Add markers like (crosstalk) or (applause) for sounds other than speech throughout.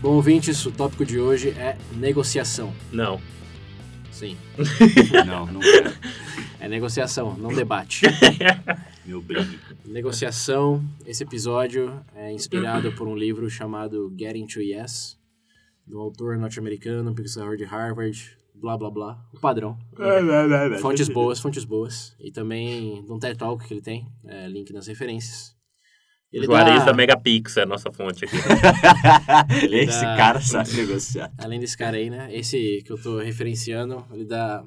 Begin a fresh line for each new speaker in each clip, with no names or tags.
Bom, ouvintes, o tópico de hoje é negociação.
Não.
Sim,
Não, não quero.
é negociação, não debate.
Me obrigue.
Negociação. Esse episódio é inspirado por um livro chamado Getting to Yes, do autor norte-americano, pesquisador de Harvard, blá blá blá, o padrão.
É,
Fontes boas, fontes boas. E também de um TED Talk que ele tem, é, link nas referências. Ele
Juarez
dá-
da Megapix é a nossa fonte aqui.
(laughs) Esse
Dá.
cara sabe negociar.
Além desse cara aí, né? Esse que eu tô referenciando, ele dá...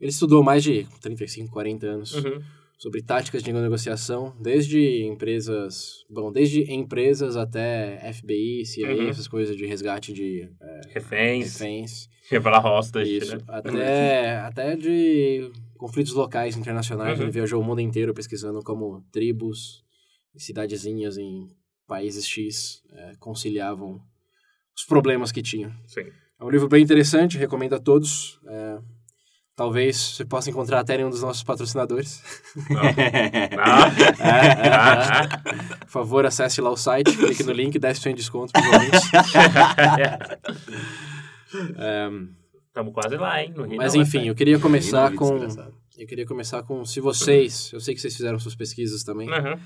Ele estudou mais de 35, 40 anos.
(laughs) Uhum.
sobre táticas de negociação, desde empresas, bom, desde empresas até FBI, CIA,
Uhum.
essas coisas de resgate de é,
Reféns,
reféns,
ia falar hostage,
isso,
né?
até até de conflitos locais internacionais,
Uhum.
ele viajou o mundo inteiro pesquisando como tribos e cidadezinhas em países X é, conciliavam os problemas que tinham.
Sim.
É um livro bem interessante, recomendo a todos. É, talvez você possa encontrar até em um dos nossos patrocinadores.
Não. (laughs) Ah,
(laughs) É, é, é. Por favor, acesse lá o site, clique no link, 10% de desconto pros (laughs) ouvintes.
Estamos quase lá, hein? No Rio
É. Mas
não,
enfim, eu queria começar
Ih,
com.
desgraçado.
Eu queria começar com se vocês. Eu sei que vocês fizeram suas pesquisas também,
é. Uhum.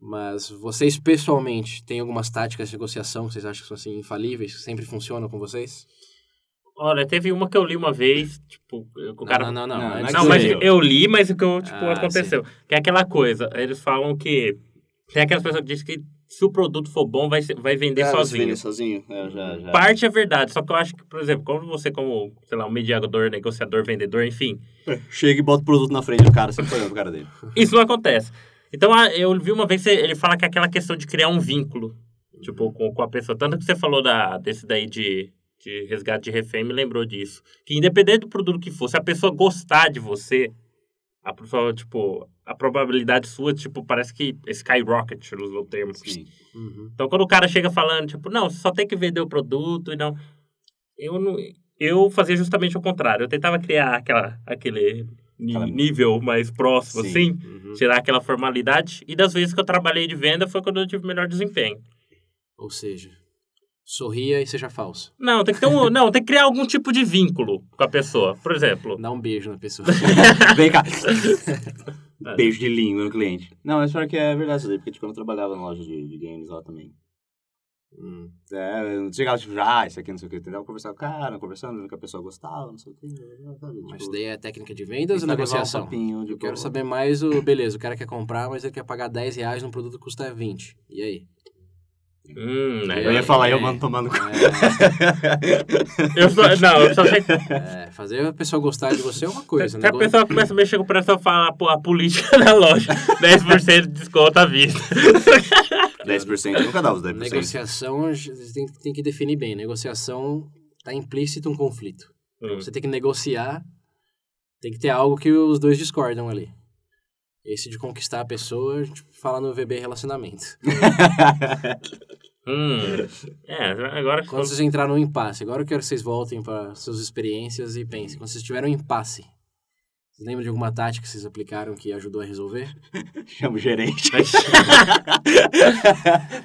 mas vocês pessoalmente têm algumas táticas de negociação que vocês acham que são assim infalíveis, que sempre funcionam com vocês?
Olha, teve uma que eu li uma vez, tipo, eu- o cara...
não, não, não.
Não,
antes
não,
Não, é
do-
mas
Aconteceu.
eu li, mas o que eu, tipo,
Ah,
aconteceu. Que é aquela coisa, eles falam que... Tem aquelas pessoas que dizem que se o produto for bom, vai, ser- vai vender
Cara, você
sozinho.
vende sozinho? Eu já, já.
Parte é verdade, só que eu acho que, por exemplo, quando você como, sei lá, um mediador, negociador, vendedor, enfim,
Chega e bota o produto na frente do cara, você põe o cara dele.
isso não acontece. Então, a- eu vi uma vez, ele fala que é aquela questão de criar um vínculo, tipo, com, com a pessoa. Tanto que você falou da, desse daí de, de resgate de refém, me lembrou disso. Que independente do produto que for, se a pessoa gostar de você, a pessoa, tipo, a probabilidade sua, tipo, parece que skyrocket, usou o termo.
Sim.
Uhum.
Então, quando o cara chega falando, tipo, não, você só tem que vender o produto e não... Eu não... Eu fazia justamente o contrário. Eu tentava criar aquela, aquele ni-
Aquela-
nível mais próximo,
Sim.
assim,
Uhum.
tirar aquela formalidade. E das vezes que eu trabalhei de venda foi quando eu tive melhor desempenho.
Ou seja, sorria e seja falso.
Não, tem que ter
(laughs)
um, não, tem que criar algum tipo de vínculo com a pessoa. Por exemplo,
Dá um beijo na (laughs) pessoa.
Vem (laughs) cá. Beijo de língua no cliente. Não, mas pior que é verdade isso daí, porque tipo, quando eu trabalhava na loja de, de games lá também.
Hum.
É, eu chegava tipo, ah, isso aqui não sei o que, tentava conversar com o cara, conversando, vendo que a pessoa gostava, não sei o que. Sabe?
Mas
Tipo,
daí é técnica de vendas ou
tentar levar um
negociação?
papinho de
Eu quero
boa.
saber mais o. Beleza, o cara quer comprar, mas ele quer pagar 10 reais num produto que custa 20. E (laughs) aí?
hum, né?
É.
Eu ia falar, eu mando tomando cu.
Eu
(laughs)
só, não, eu só sei que
É, fazer a pessoa gostar de você é uma coisa,
até
né?
a pessoa começa a mexer com o preço e fala, pô, a política (laughs) da loja, 10% de desconto à vista.
10% nunca dá os 10%. (laughs)
Negociação, a gente tem, tem que definir bem. Negociação tá implícito um conflito.
Hum.
Você tem que negociar, tem que ter algo que os dois discordam ali. Esse de conquistar a pessoa, a gente fala no VB relacionamento.
Hum. É, agora
Quando vocês entraram no impasse, agora eu quero que vocês voltem para suas experiências e pensem. Quando vocês tiveram um impasse, vocês lembram de alguma tática que vocês aplicaram que ajudou a resolver?
Chama o (laughs) gerente.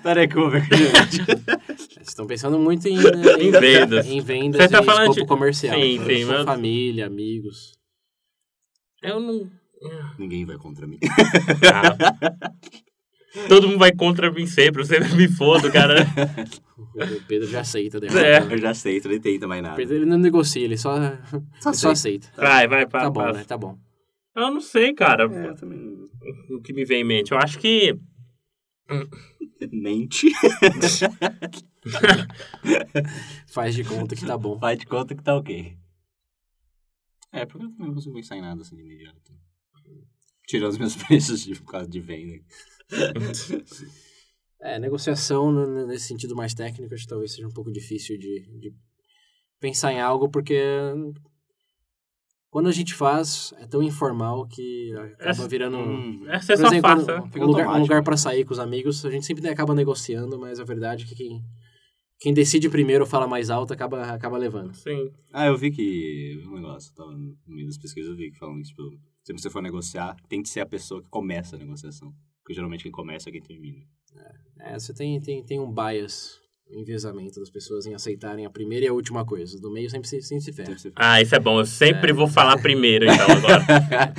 Peraí, como é que eu
Vocês estão pensando muito em, né,
(laughs) Em vendas.
Em vendas
Você tá
e
falando
escopo
de-
comercial.
Sim, sim,
Com
mas-
Família, amigos.
eu não.
Ninguém vai contra mim. (laughs)
Ah. Todo mundo vai contra mim sempre, eu sempre me fodo, cara.
O Pedro já aceita. né?
(laughs) É.
Eu já aceito, nem tenta mais
O
nada. Tá
Pedro ele não negocia, ele só,
Só
ele só aceita.
Vai, vai, pá,
Tá bom,
pá.
né? Tá bom.
Eu não sei, cara,
É, eu também não-
o que me vem em mente. Eu acho que.
(laughs) Mente.
Faz de conta que tá bom.
Faz de conta que tá ok. É, porque eu também não consigo pensar em nada assim de imediato. (laughs) Tirando os meus preços de, por causa de venda.
É, negociação no- no- nesse sentido mais técnico, acho que talvez seja um pouco difícil de, de pensar em algo, porque quando a gente faz, é tão informal que acaba
Essa-
virando. um
Hum.
É, você
Por
só
exemplo,
faça.
quando-
Fica
um lugar, um
automático.
lugar para sair com os amigos, a gente sempre acaba negociando, mas a verdade é que quem, quem decide primeiro fala mais alto acaba, acaba levando.
Sim.
Ah, eu vi que. eu vi Um negócio, tava no meio das pesquisas, eu vi que falam que, tipo, se você for negociar, tem que ser a pessoa que começa a negociação. Porque geralmente quem começa é quem termina.
É, você tem, tem, tem um bias, um enviesamento das pessoas em aceitarem a primeira e a última coisa. Do meio sempre se, sempre se ferra.
Sempre Então, você-
Ah, isso é bom. Eu sempre vou falar primeiro, então, agora.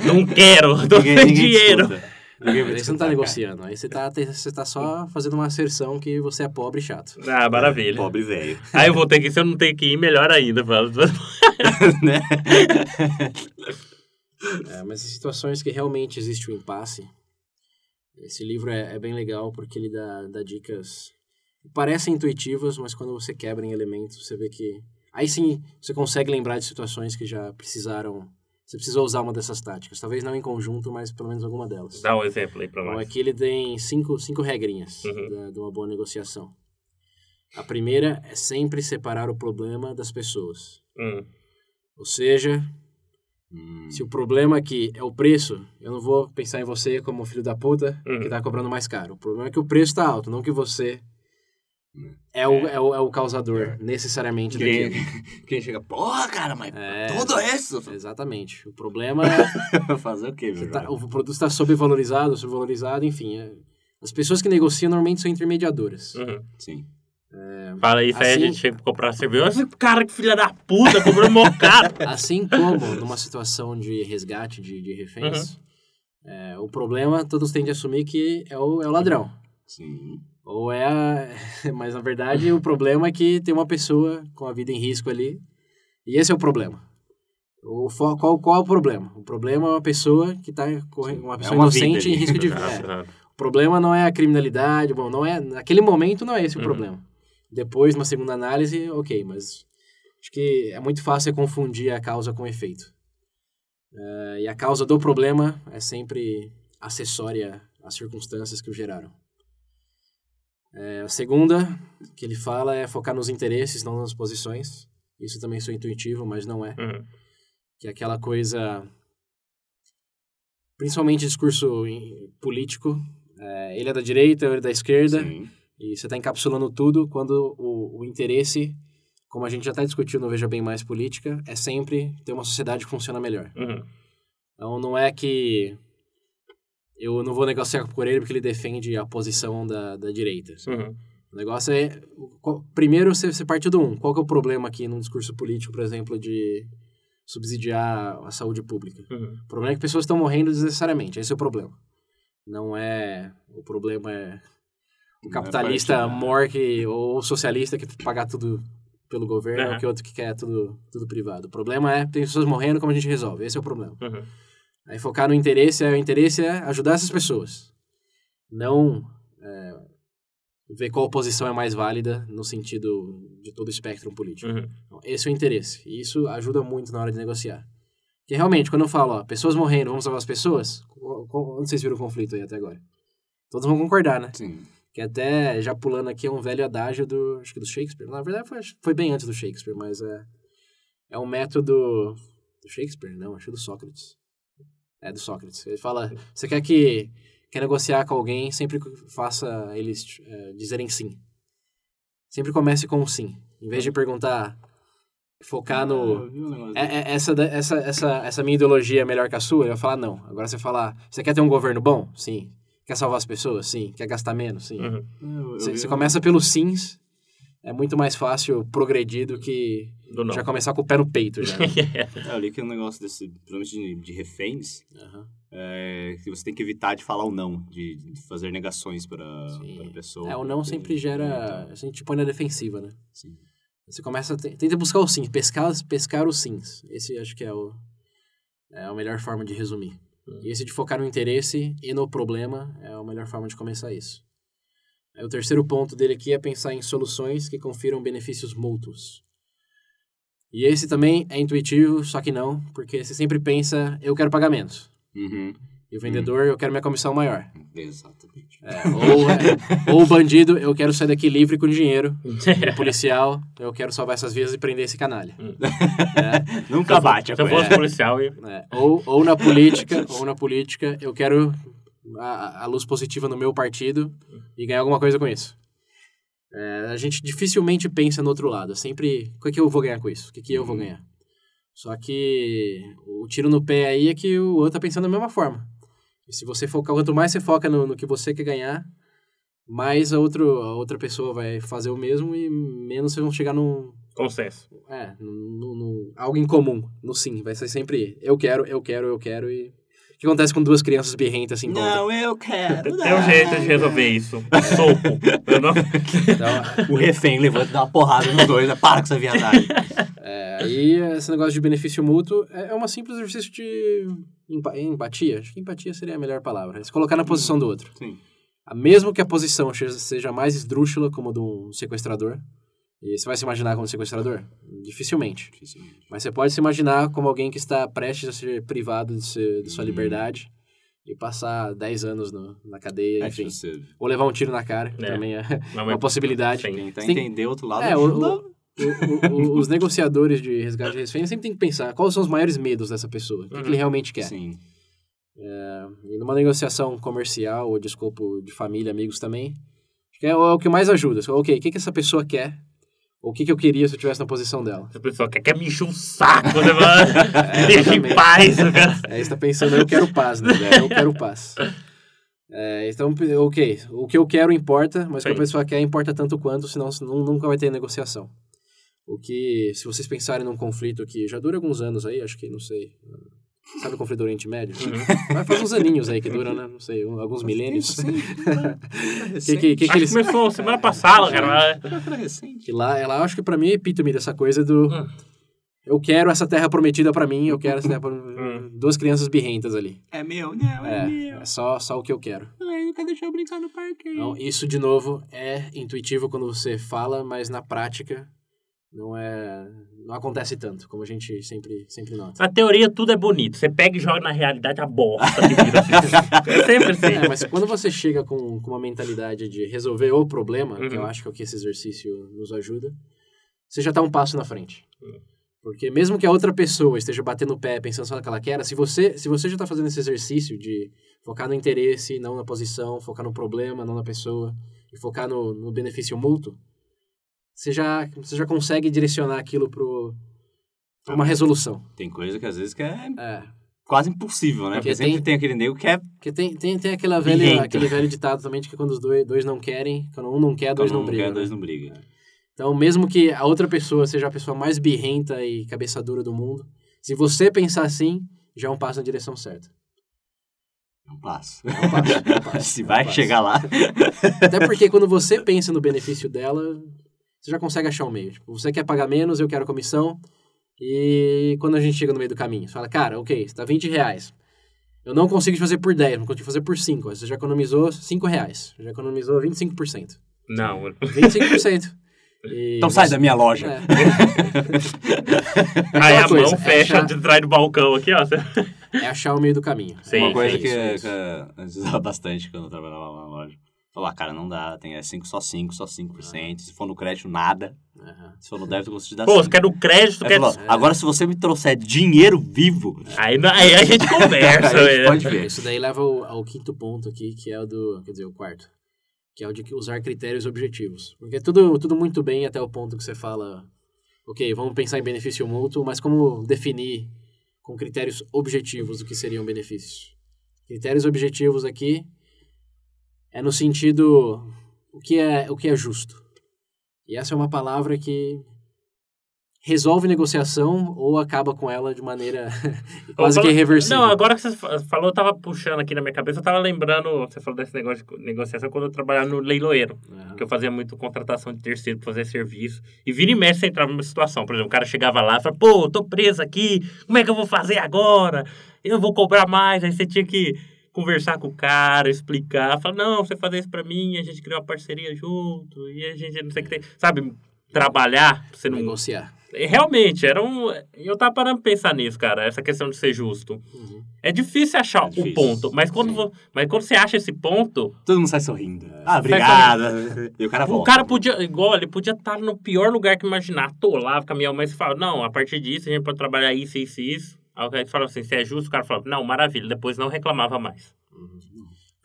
Não quero, tô
Ninguém-
sem
ninguém te
dinheiro.
escuta. Ninguém vai
Aí
te
você não tá
escutar,
negociando, aí você tá, te- você tá só fazendo uma asserção que você é pobre e chato.
Ah,
cara.
maravilha.
Pobre velho.
Aí eu vou ter que, se eu não tenho que ir, melhor ainda. mano.
né?
É, mas em situações que realmente existe um impasse, esse livro é, é bem legal porque ele dá, dá dicas que parecem intuitivas, mas quando você quebra em elementos, você vê que. Aí sim você consegue lembrar de situações que já precisaram. Você precisou usar uma dessas táticas. Talvez não em conjunto, mas pelo menos alguma delas.
Dá um exemplo aí pra
Então,
nós.
aqui ele tem cinco, cinco regrinhas
Uhum.
da- de uma boa negociação. A primeira é sempre separar o problema das pessoas.
Hum.
Ou seja,
Hum,
se o problema aqui é o preço, eu não vou pensar em você como um filho da puta
Uhum.
que tá cobrando mais caro. O problema é que o preço tá alto, não que você é o, é o, é o causador necessariamente
Quem,
(laughs) daquilo.
(laughs) quem chega, porra, cara, mas
É.
tudo isso?
Exatamente. O (laughs) problema é
Fazer o quê,
que
meu
tá-
jovem?
o produto está sobrevalorizado, sobrevalorizado, enfim. é- as pessoas que negociam normalmente são intermediadoras.
Uhum.
Sim.
Fala isso aí, a
Assim-
gente chega pra comprar cerveja. Olha esse cara que filha da puta, comprou mocado.
Assim como numa situação de resgate de, de reféns,
Uhum.
é, o problema todos têm de assumir que é o, é o ladrão.
Sim.
Ou é a... (laughs) Mas na verdade o problema é que tem uma pessoa com a vida em risco ali. E esse é o problema. O fo- qual, qual é o problema? O problema é uma pessoa que está correndo. Uma
É
pessoa
uma vida
inocente em
ali.
risco de
Uhum,
vida. É. O problema não é a criminalidade, bom, não é. Naquele momento não é esse o
Uhum.
problema. Depois, uma segunda análise, ok, mas acho que é muito fácil confundir a causa com o efeito. Eh, e a causa do problema é sempre acessória às circunstâncias que o geraram. Eh, a segunda que ele fala é focar nos interesses, não nas posições. Isso também sou intuitivo, mas não é
Uhum.
que é aquela coisa principalmente discurso em- político é, ele é da direita eu é da esquerda
Sim.
e você está encapsulando tudo quando o, o interesse como a gente já está discutindo no veja bem mais política é sempre ter uma sociedade que funciona melhor
Uhum.
então não é que eu não vou negociar com ele porque ele defende a posição da, da direita
Uhum.
o negócio é. o- qual- Primeiro, você, você parte do um. Qual que é o problema aqui num discurso político, por exemplo, de subsidiar a saúde pública?
Uhum.
O problema é que pessoas estão morrendo desnecessariamente. Esse é o problema. Não é. O problema é o
Não é
capitalista
partidário.
morque ou o socialista que pagar tudo pelo governo
Aham.
ou que outro que quer tudo, tudo privado. O problema é tem pessoas morrendo, como a gente resolve? Esse é o problema.
Uhum.
Aí focar no interesse, aí o interesse é ajudar essas pessoas. Não é, ver qual posição é mais válida no sentido de todo o espectro político.
Uhum.
Então, Esse é o interesse. E isso ajuda muito na hora de negociar. Porque realmente, quando eu falo, ó, pessoas morrendo, vamos salvar as pessoas, co- co- onde vocês viram o conflito aí até agora? Todos vão concordar, né?
Sim.
Que até, já pulando aqui, é um velho adágio do, acho que do Shakespeare. Na verdade, foi, foi bem antes do Shakespeare, mas é, é um método... Do Shakespeare? Não, acho que do Sócrates. É, do Sócrates. Ele fala, você quer que quer negociar com alguém, sempre faça eles eh, dizerem sim. Sempre comece com um sim. Em vez de perguntar, focar Tá no...
Eu vi um negócio
É, é- essa, da- essa, essa, essa minha ideologia é melhor que a sua? Eu ia falar não. Agora você falar, você quer ter um governo bom? Sim. Quer salvar as pessoas? Sim. Quer gastar menos? Sim.
Uhum.
Eu- eu
Você
vi
você
um-
começa pelos sims, é muito mais fácil progredir do que
Do não. (laughs)
já começar com o pé no peito.
(laughs)
Já. né?
É, eu li que um negócio desse, principalmente de, de reféns,
Aham.
é, que você tem que evitar de falar o não, de, de fazer negações para
Sim.
a pessoa.
É, o não sempre gera.
Então,
A gente põe na defensiva, né?
sim.
Você começa. a te- Tenta buscar o sim, pescar, pescar os sims. Esse acho que é, o, é a melhor forma de resumir. E esse de focar no interesse e no problema é a melhor forma de começar isso. Aí o terceiro ponto dele aqui é pensar em soluções que confiram benefícios mútuos. E esse também é intuitivo, só que não, porque você sempre pensa, eu quero pagar menos.
Uhum.
E o vendedor, eu quero minha comissão maior.
Exatamente.
É, (laughs) ou, é, ou o bandido, eu quero sair daqui livre com dinheiro. E o policial, eu quero salvar essas vias e prender esse canalha. É.
Nunca bate a
Se eu
coisa.
fosse policial, eu...
né? Ou, ou na política, ou na política, eu quero a, a luz positiva no meu partido e ganhar alguma coisa com isso. É, a gente dificilmente pensa no outro lado. é Sempre, o que, que eu vou ganhar com isso? O que, que eu vou ganhar? Só que o tiro no pé aí é que o outro tá pensando da mesma forma. E se você focar, quanto mais você foca no, no que você quer ganhar, mais a, outro, a outra pessoa vai fazer o mesmo e menos vocês vão chegar num,
consenso.
é, no, no- no- algo em comum, no sim. Vai ser sempre eu quero, eu quero, eu quero e... O que acontece com duas crianças birrentas se encontram?
Não, eu quero.
Tem um jeito de resolver isso. Um Soco. Eu não-
Então,
O refém levanta e dá uma porrada nos dois. né? Para com essa viadagem.
é, aí esse negócio de benefício mútuo é, é um simples exercício de empa- empatia. Acho que empatia seria a melhor palavra. é Se colocar na posição do outro.
Sim.
A- Mesmo que a posição che- seja mais esdrúxula como a de um sequestrador, e você vai se imaginar como sequestrador? Dificilmente.
Dificilmente.
Mas você pode se imaginar como alguém que está prestes a ser privado de, seu- de sua
Hum.
liberdade e passar 10 anos no- na cadeia,
É
enfim.
que você
Ou levar um tiro na cara, que
É.
também é (laughs)
Não
uma possibilidade.
Sim.
tentar
Sim.
entender o então outro lado.
É, o-
ajuda.
O- o- o- os negociadores de resgate de refém sempre tem que pensar quais são os maiores medos dessa pessoa, o que, que
Uhum.
ele realmente quer.
Sim.
E numa negociação comercial ou de escopo de família, amigos também, acho que é, o- é o que mais ajuda. Você fala, Ok, o que, que essa pessoa quer? Ou o que, que eu queria se eu estivesse na posição dela?
Essa pessoa quer, quer me encher o saco, né, mano?
(laughs) É,
Deixa
exatamente.
em paz, cara.
Aí você tá pensando, eu quero paz, né? velho? Eu quero paz. É, então, ok, o que eu quero importa, mas o que a
Sim.
pessoa quer importa tanto quanto, senão senão nunca vai ter negociação. O que, se vocês pensarem num conflito que já dura alguns anos aí, acho que, não sei, hum, sabe o conflito do Oriente Médio?
Uhum.
Vai fazer uns aninhos aí que duram, né? Não sei, um- alguns milênios.
Sim. (laughs)
Que, que, que, que
Acho que
eles...
começou semana passada, cara.
Era recente.
Que lá, ela acho que pra mim é epítome dessa coisa do...
Hum.
Eu quero essa terra prometida pra mim, eu quero essa terra... pra-
Hum.
Duas crianças birrentas ali.
É meu, não, é, meu.
É, é só, só o que eu quero.
Ai, nunca deixou eu brincar no parque.
Então, isso de novo é intuitivo quando você fala, mas na prática não é não acontece tanto, como a gente sempre sempre nota.
Na teoria, tudo é bonito. Você pega e joga na realidade a bosta que vira. É sempre assim. (laughs)
É, mas quando você chega com, com uma mentalidade de resolver o problema, que eu
Uhum.
acho que é o que esse exercício nos ajuda, você já está um passo na frente. Porque mesmo que a outra pessoa esteja batendo o pé, pensando só no que ela quer, se você, se você já está fazendo esse exercício de focar no interesse, não na posição, focar no problema, não na pessoa, e focar no, no benefício mútuo, você já, você já consegue direcionar aquilo para uma resolução.
Tem coisa que às vezes que é
É,
quase impossível, né?
Porque
Porque sempre
tem-
tem, aquele nego que é.
Porque tem, tem, tem aquela velha,
Birrento.
aquele velho ditado também de que quando os dois, dois não querem, quando um não quer, dois
todo
não
mundo
brigam.
quer, dois
né?
não briga.
Então, mesmo que a outra pessoa seja a pessoa mais birrenta e cabeça dura do mundo, se você pensar assim, já é um passo na direção
(laughs)
certa.
É um passo.
É um passo, é um passo,
(laughs) Se
é um
vai
passo.
chegar lá.
Até porque quando você pensa no benefício dela, você já consegue achar um meio. Tipo, você quer pagar menos, eu quero comissão. E quando a gente chega no meio do caminho, você fala, cara, ok, está 20 reais. Eu não consigo te fazer por 10, não consigo te fazer por 5. Você já economizou 5 reais. Já economizou 25%.
Não, mano.
25%. E
Então
você-
sai da minha loja.
É.
Aí a
coisa,
mão
é
fecha
achar-
de trás do balcão aqui, ó.
É achar o meio do caminho.
Sim,
É
Uma coisa
isso,
que,
é
que
isso.
eu usava bastante quando eu trabalhava lá na loja. Falar, cara, não dá, tem é 5, só 5, só 5%. Se for no crédito, nada.
Aham.
Se for no débito, eu consigo te dar
Pô,
5.
você quer no crédito,
Aí
quer...
falou, agora se você me trouxer dinheiro vivo,
Aí, não- aí
(laughs)
a gente conversa, né?
Aí a gente
velho.
pode ver.
Isso daí leva ao, ao quinto ponto aqui, que é o do. Quer dizer, o quarto. Que é o de que usar critérios objetivos. Porque é tudo, tudo muito bem até o ponto que você fala. Ok, vamos pensar em benefício mútuo, mas como definir com critérios objetivos o que seriam benefícios? Critérios objetivos aqui é no sentido o que é o que é justo. E essa é uma palavra que resolve negociação ou acaba com ela de maneira (laughs) quase que
falo-
irreversível.
Não, agora que você fa- falou, eu tava puxando aqui na minha cabeça, eu tava lembrando, você falou desse negócio de co- negociação quando eu trabalhava no leiloeiro,
Aham.
que eu fazia muito contratação de terceiro pra fazer serviço. E vira e mexe, você entrava numa situação. Por exemplo, o cara chegava lá e falava, pô, eu tô preso aqui, como é que eu vou fazer agora? Eu vou cobrar mais. Aí você tinha que conversar com o cara, explicar, falar, não, você fazer isso pra mim, a gente criou uma parceria junto, e a gente não sei o que tem. Sabe, trabalhar, pra você não
negociar.
Realmente, era um. Eu tava parando pra pensar nisso, cara, essa questão de ser justo.
Uhum.
É difícil achar
É difícil,
o ponto, mas quando,
sim.
vo- mas quando você acha esse ponto,
Todo mundo sai sorrindo. Ah, obrigada. E o cara
o
volta.
cara podia, igual, ele podia estar no pior lugar que imaginar, tolar, caminhar, mas fala, não, a partir disso a gente pode trabalhar isso, isso e isso. Aí o cara fala assim, se é justo, o cara fala, não, maravilha, depois não reclamava mais.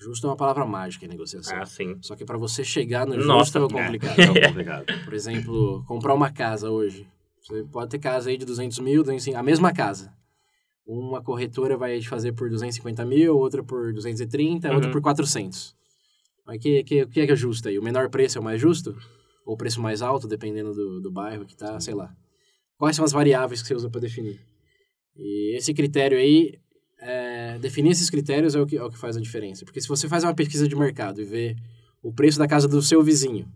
Justo é uma palavra mágica em negociação.
Ah, sim.
Só que pra você chegar no
Nossa,
justo é
É,
complicado. Então,
é complicado.
Por exemplo, comprar uma casa hoje. Você pode ter casa aí de 200 mil, 200, a mesma casa. Uma corretora vai te fazer por 250 mil, outra por 230, outra
Uhum.
por 400. Mas o que, que, que é que é justo aí? O menor preço é o mais justo? Ou o preço mais alto, dependendo do, do bairro que tá, sei lá. Quais são as variáveis que você usa para definir? E esse critério aí, é, definir esses critérios é o, que, é o que faz a diferença. Porque se você faz uma pesquisa de mercado e vê o preço da casa do seu vizinho,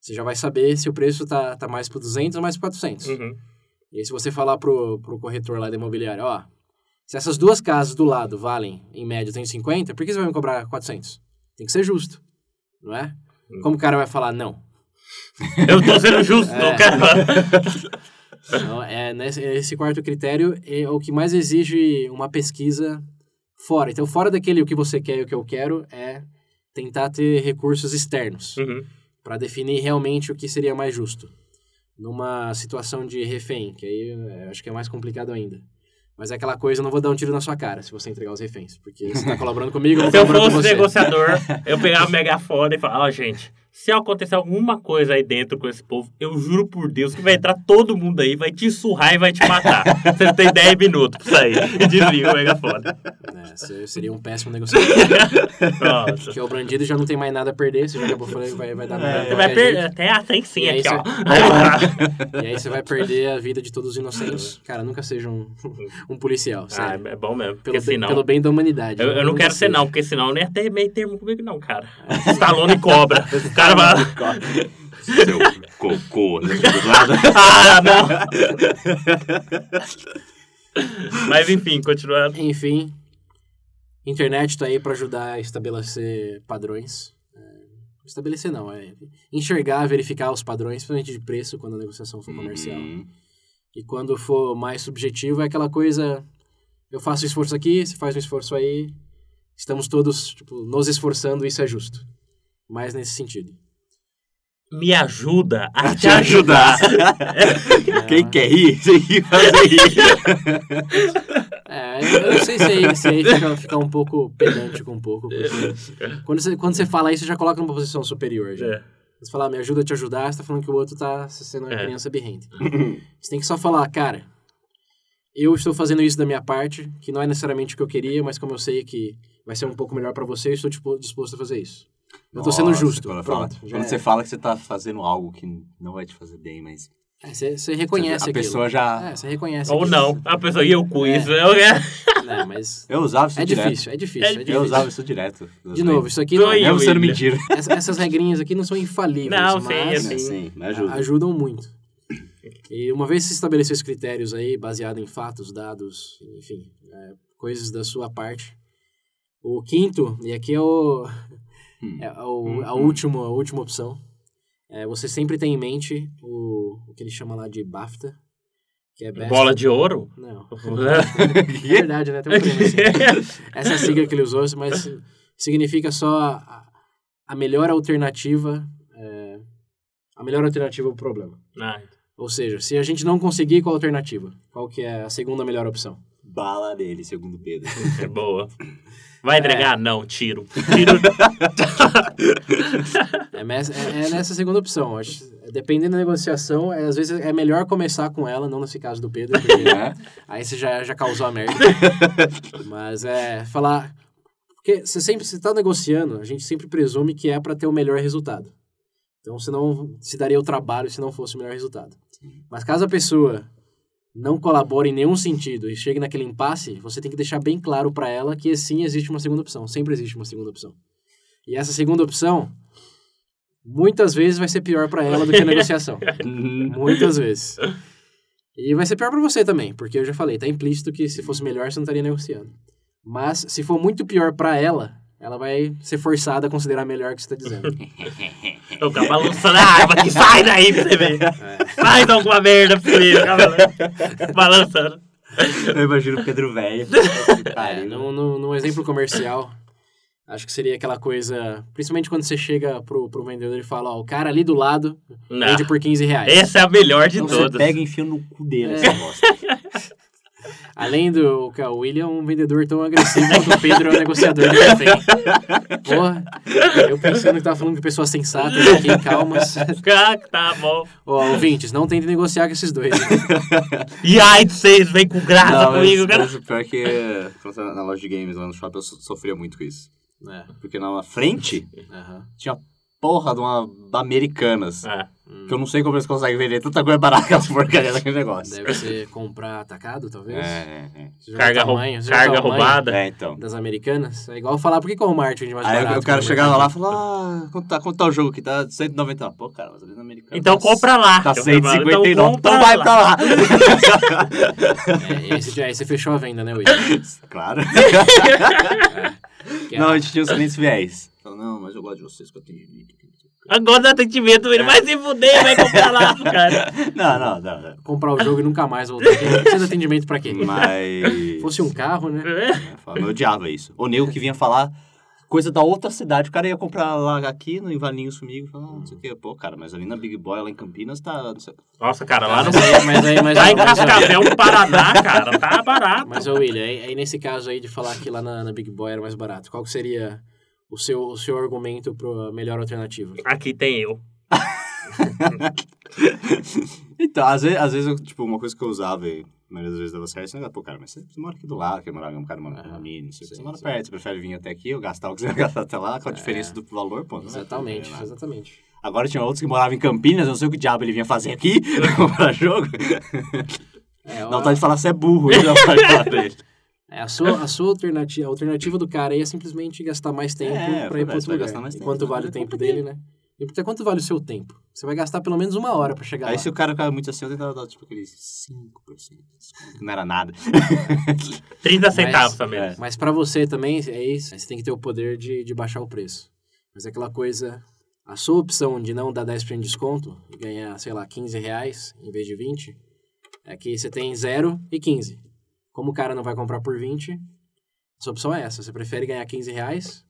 você já vai saber se o preço tá, tá mais para 200 ou mais para 400.
Uhum.
E aí, se você falar pro, pro corretor lá da imobiliária, ó, se essas duas casas do lado valem, em média, 150, por que você vai me cobrar 400? Tem que ser justo, não é?
Hum.
Como o cara vai falar não?
Eu tô sendo justo,
É.
cara.
(laughs)
Então, é, nesse, esse quarto critério é o que mais exige uma pesquisa fora. Então, fora daquele o que você quer e o que eu quero, é tentar ter recursos externos.
Uhum.
para definir realmente o que seria mais justo. Numa situação de refém, que aí eh, acho que é mais complicado ainda. Mas é aquela coisa, eu não vou dar um tiro na sua cara se você entregar os reféns, porque você está colaborando comigo, eu vou
(laughs) Se eu
colaborar com
fosse
você.
negociador, eu pegava o megafone e falava, ó, gente, se acontecer alguma coisa aí dentro com esse povo, eu juro por Deus que vai entrar todo mundo aí, vai te surrar e vai te matar. Vocês têm 10 minutos pra sair. E desliga o megafone.
É, você seria um péssimo negociador, (laughs)
Pronto.
porque o brandido já não tem mais nada a perder, você já acabou falando, vai, vai dar merda. de
Você vai
qualquer
perder.
jeito.
Até a
É, E
trancinha
aí
aqui,
(laughs)
ó. tá.
E aí você
(laughs)
vai perder a vida de todos os inocentes. Cara, nunca seja um, (laughs) um policial,
É. Ah,
sério.
é bom mesmo. Porque
pelo, bem,
senão.
pelo bem da humanidade.
Eu, eu não
Nunca
quero ser,
seja.
não, porque senão nem até meio termo comigo, não, cara.
(laughs)
Estalone cobra. O cara vai.
Seu cocô. né, do lado.
Ah, não! Mas enfim, continuando.
Enfim, internet está aí para ajudar a estabelecer padrões. É, estabelecer não, é enxergar, verificar os padrões, principalmente de preço, quando a negociação for (laughs) comercial.
Uhum.
Hum,
E quando for mais subjetivo, é aquela coisa: eu faço um esforço aqui, você faz um esforço aí, estamos todos tipo, nos esforçando, isso é justo. Mais nesse sentido.
Me ajuda a
Te ajudar. Quem quer rir, tem que fazer rir.
É, eu não sei se aí, se aí fica, fica um pouco pedante com um pouco. porque Quando você, quando você fala isso, você já coloca numa posição superior. Já.
É.
Você fala, ah, me ajuda a te ajudar, você tá falando que o outro tá sendo uma
É.
criança
(laughs)
birrenta. Você tem que só falar, cara, eu estou fazendo isso da minha parte, que não é necessariamente o que eu queria, mas como eu sei que vai ser um pouco melhor pra você, eu estou tipo, disposto a fazer isso. Eu tô sendo
Nossa,
justo.
Quando, fala-
Pronto. já
quando
é.
você fala que você tá fazendo algo que não vai te fazer bem, mas...
É, você, você reconhece
a
aquilo.
pessoa já...
É, você reconhece
Ou
aquilo.
não. A pessoa, e eu com isso? Eu,
É,
(laughs)
mas
Eu usava isso
é
direto.
difícil, é difícil, é
difícil.
difícil.
Eu usava isso direto. é
De novo, isso aqui
Tô
não,
aí.
Mesmo sendo
William.
mentira.
essa- essas regrinhas aqui não são infalíveis,
Não, sim, é
mas
Sim.
É Sim, me
a-
ajuda.
ajudam muito. E uma vez que se estabeleceu esses critérios aí, baseado em fatos, dados, enfim, é, coisas da sua parte. O quinto, e aqui é o,
Hum.
é o- a, última, a última opção, é, você sempre tem em mente o, o que ele chama lá de BAFTA, que é Best...
Bola de ouro? (laughs)
Não, é
Quê?
verdade, né? Tem um prêmio assim. Essa é a sigla que ele usou, mas significa só a, a melhor alternativa, é, a melhor alternativa ao problema.
Ah,
Ou seja, se a gente não conseguir, qual a alternativa? Qual que é a segunda melhor opção?
(laughs) Bala nele, segundo Pedro.
é boa. Vai entregar? Não, tiro. Tiro.
É, mes- é- é nessa segunda opção. Acho, dependendo da negociação, é, às vezes é melhor começar com ela, não nesse caso do Pedro, porque
Né?
aí você já, já causou a merda. Mas é falar... Porque você sempre está negociando, a gente sempre presume que é para ter o melhor resultado. Então, você não se daria o trabalho se não fosse o melhor resultado. Mas caso a pessoa não colabore em nenhum sentido e chegue naquele impasse, você tem que deixar bem claro para ela que sim, existe uma segunda opção. Sempre existe uma segunda opção. E essa segunda opção, muitas vezes vai ser pior para ela do que a negociação.
Hum,
Muitas vezes. E vai ser pior pra você também, porque eu já falei, tá implícito que se fosse melhor você não estaria negociando. Mas se for muito pior pra ela, ela vai ser forçada a considerar melhor o que você tá dizendo.
Eu ficava balançando a arma aqui. Sai daí pra você ver. Sai de alguma merda pra você ver. Eu ficava balançando.
Eu imagino o
(laughs)
Pedro Velho. Que
É,
pariu.
num, num- num exemplo comercial, acho que seria aquela coisa. Principalmente quando você chega pro, pro vendedor e fala: Ó, o cara ali do lado
Não.
vende por 15 reais.
Essa Ah. é a melhor de
Então você
todas.
pega e enfia no cu
É.
dele essa bosta.
(laughs)
Além do que o William é um vendedor tão agressivo quanto o Pedro é um negociador de café. Porra, eu pensando que tava falando de pessoas sensatas aqui, calmas.
Ah, tá bom.
Ó, ouvintes, não tentem negociar com esses
(laughs)
dois.
E ai de vocês, vem com graça
mas-
comigo, cara.
mas o pior é que quando eu tava na loja de games lá no shopping eu so- sofria muito com isso.
É,
Porque na frente
aham.
tinha uma porra de uma da Americanas.
Ah,
Que eu não sei como eles conseguem vender tanta coisa barata (laughs) aquelas porcaria daquele negócio.
Deve ser comprar atacado,
É,
talvez.
é, é.
Você já viu o
carga, rou-
tamanho? Você já viu o
carga
tamanho
roubada.
É, então.
Das americanas. É igual falar, por que que o Walmart vende mais
Aí
barato? né?
o- o cara
né?
que
chegava lá
mercado?
e falava, ah, quanto tá, quanto tá o jogo aqui? Tá 190. Pô, cara, mas ali na Americana.
Então
tá-
compra lá.
Tá
Eu falei, "Mano,
159. Então vai pra lá.
É, esse, aí você fechou a venda,
(laughs)
né, William?
(laughs) claro.
(laughs)
Que é-
Não, a gente tinha os clientes fiéis. Então, não, mas eu gosto de vocês que eu tenho direito.
Agora dá atendimento, ele vai se fuder, vai comprar lá, cara.
Não, não, não. não.
comprar o jogo e nunca mais voltar. Não precisa de atendimento pra quê?
Mas.
Se fosse um carro, né?
né, fala, Eu odiava isso. O nego que vinha falar coisa da outra cidade. O cara ia comprar lá aqui no Invalinhos comigo. Falava, ah, não sei o quê. Pô, cara, mas ali na Big Boy, lá em Campinas, tá. Não sei,
Nossa, cara, lá no.
mas aí, mas aí, mas
Lá
aí,
em
mas, aí-
Cascavel, no Paraná, cara, tá barato.
mas ô, William, aí, aí nesse caso aí de falar que lá na, na Big Boy era mais barato, qual que seria o seu, o seu argumento pra melhor alternativa?
Aqui tem eu.
Então, às vezes, às vezes eu, tipo, uma coisa que eu usava e na maioria das vezes dava certo, você não pô, cara, mas você, você mora aqui do lado, quer morar, um cara mora
Aham.
na minha, não sei o que,
Sim,
você mora
sim.
perto, você prefere vir até aqui, eu gastar o que você vai gastar até lá, com a diferença do valor, pô. não vai
Exatamente,
fazer nada.
exatamente.
Agora tinha outros que moravam em Campinas, eu não sei o que diabo ele vinha fazer aqui, (laughs) comprar jogo.
É,
Dá
ó,
vontade de falar, você é burro, eu já falei pra (laughs) ele.
é, a sua, a sua alternativa, a alternativa do cara aí é simplesmente gastar mais tempo
É,
pra ir
vai
pro outro lugar.
gastar mais
E
tempo,
quanto
né?
vale o tempo dele, né? E até quanto vale o seu tempo? Você vai gastar pelo menos uma hora pra chegar
Aí
lá.
se o cara ficava muito assim, eu tentava dar, tipo, aqueles 5%, que não era nada.
30 centavos também.
é.
Mas pra você também, é isso. Você tem que ter o poder de, de baixar o preço. Mas é aquela coisa. A sua opção de não dar 10% de desconto e ganhar, sei lá, 15 reais em vez de 20, é que você tem 0 e 15. Como o cara não vai comprar por 20, sua opção é essa. Você prefere ganhar 15 reais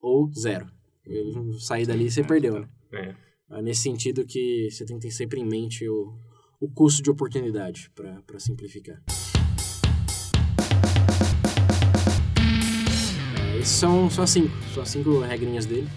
ou zero. Eu- Sair dali você
Uhum. É,
perdeu, né?
É.
É Nesse sentido que você tem que ter sempre em mente o, o custo de oportunidade, pra pra simplificar. É, Esses são só cinco, só cinco regrinhas dele.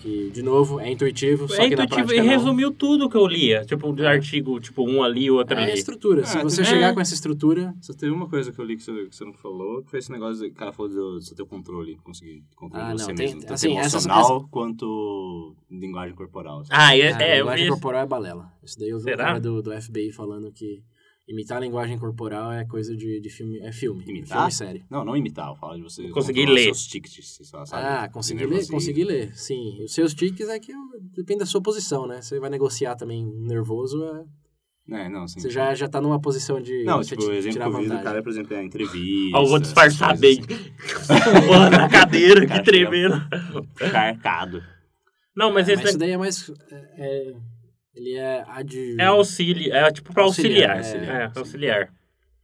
Que, de novo, é intuitivo, só
É
que na
intuitivo,
prática
e
não.
resumiu tudo que eu lia. Tipo, um artigo, tipo, um ali, outro
É a
ali.
estrutura.
É,
Ah,
Se você
né?
é.
chegar com essa estrutura,
Só teve uma coisa que eu li que você, que você não falou, que foi esse negócio, que o cara falou do você ter o controle, conseguir controlar
Ah, não,
você
tem-
mesmo. Tanto
assim, essa-
emocional quanto linguagem corporal. assim.
Ah, é,
a
é, eu
linguagem
vi.
corporal é balela. Isso daí eu vi o
Será?
cara do, do FBI falando que imitar a linguagem corporal é coisa de, de filme. É filme.
Imitar?
Filme sério.
Não, não imitar, eu falo de você
Conseguir
controlar
ler.
seus tics, você só sabe?
Ah, consegui ler, consegui ler, sim. Os seus tiques é que eu- depende da sua posição, né? Você vai negociar também nervoso, é-
É, não, sim.
você já, já tá numa posição de
Não,
você
tipo, o
ti-
exemplo que
tirar
eu vi do
vantagem.
cara é, por exemplo, é a entrevista.
Ó, eu vou disfarçar
essas
bem.
coisas
Pulando na cadeira, que
Cara,
tremendo.
Assim, charcado.
Não, mas
É,
esse
isso daí é mais... é- é- ele é ad...
é auxílio. É tipo pra auxiliar.
Auxiliar,
auxiliar,
É, auxiliar.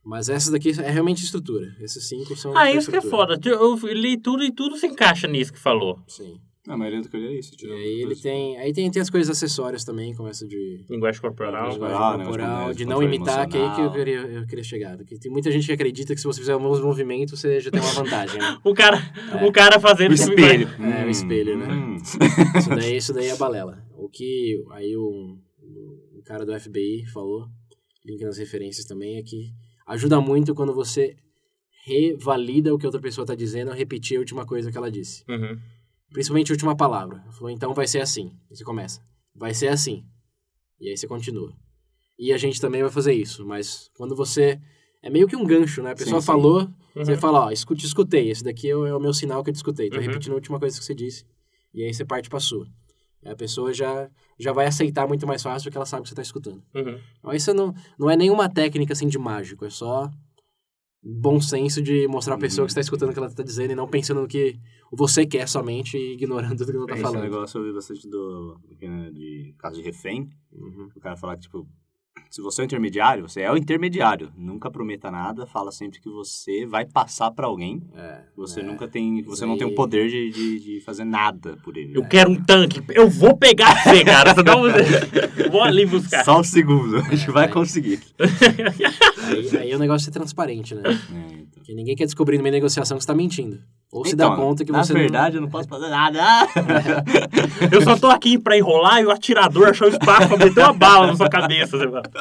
Mas essas daqui é realmente estrutura. Esses cinco são...
Ah, isso que é
estrutura.
foda. Eu li tudo e tudo se encaixa nisso que falou.
Sim.
Não, a maioria do que eu li é isso.
E
tirando
aí ele
coisas.
tem... Aí tem, tem as coisas acessórias também, como essa de...
Linguagem corporal.
Linguagem
linguagem
né,
corporal,
controle-
de não
controle
imitar, que é aí que eu
emocional.
queria, eu queria chegar. Porque tem muita gente que acredita que se você fizer um bons movimentos, você já tem uma vantagem, né?
O cara, o cara fazendo
É. O espelho.
É, o espelho, né?
Hum.
Isso daí, isso daí é balela. O que aí o, o cara do FBI falou, link nas referências também, é que ajuda muito quando você revalida o que outra pessoa tá dizendo, repetir a última coisa que ela disse.
Uhum.
Principalmente a última palavra. Ela Falou, então vai ser assim. Você começa. Vai ser assim. E aí você continua. E a gente também vai fazer isso, mas quando você. É meio que um gancho, né? A pessoa
sim.
falou, você
Uhum.
fala, ó, escute, escutei. Esse daqui é o, é o meu sinal que eu te escutei. Tô
Uhum.
repetindo a última coisa que você disse. E aí você parte pra sua. E a pessoa já, já vai aceitar muito mais fácil porque ela sabe que você tá escutando.
Uhum.
Então isso não, não é nenhuma técnica assim de mágico, é só bom senso de mostrar a pessoa
Uhum.
que está escutando o que ela tá dizendo e não pensando no que você quer somente e ignorando tudo que ela tá
É, Esse
falando.
negócio eu vi bastante do, né, de caso de refém.
Uhum.
O cara falar que, tipo, Se você é um intermediário, você é o intermediário. Nunca prometa nada, fala sempre que você vai passar pra alguém.
É,
Você
é.
nunca tem. Você
Isso
não tem
aí.
o poder de, de, de fazer nada por ele. né?
Eu quero um tanque. Eu vou pegar você, cara. Você dá (laughs) um- Vou ali buscar.
Só um segundo, (laughs) a gente vai
vai.
conseguir.
Aí, aí o negócio é transparente, né?
É, então.
Porque ninguém quer descobrir no meio da negociação que você tá mentindo. Ou se dá
Então,
conta que
na
você É.
verdade, (laughs) eu não posso fazer nada.
Eu só tô aqui pra enrolar e o atirador achou espaço pra meter uma bala na sua cabeça. Você vai-
não...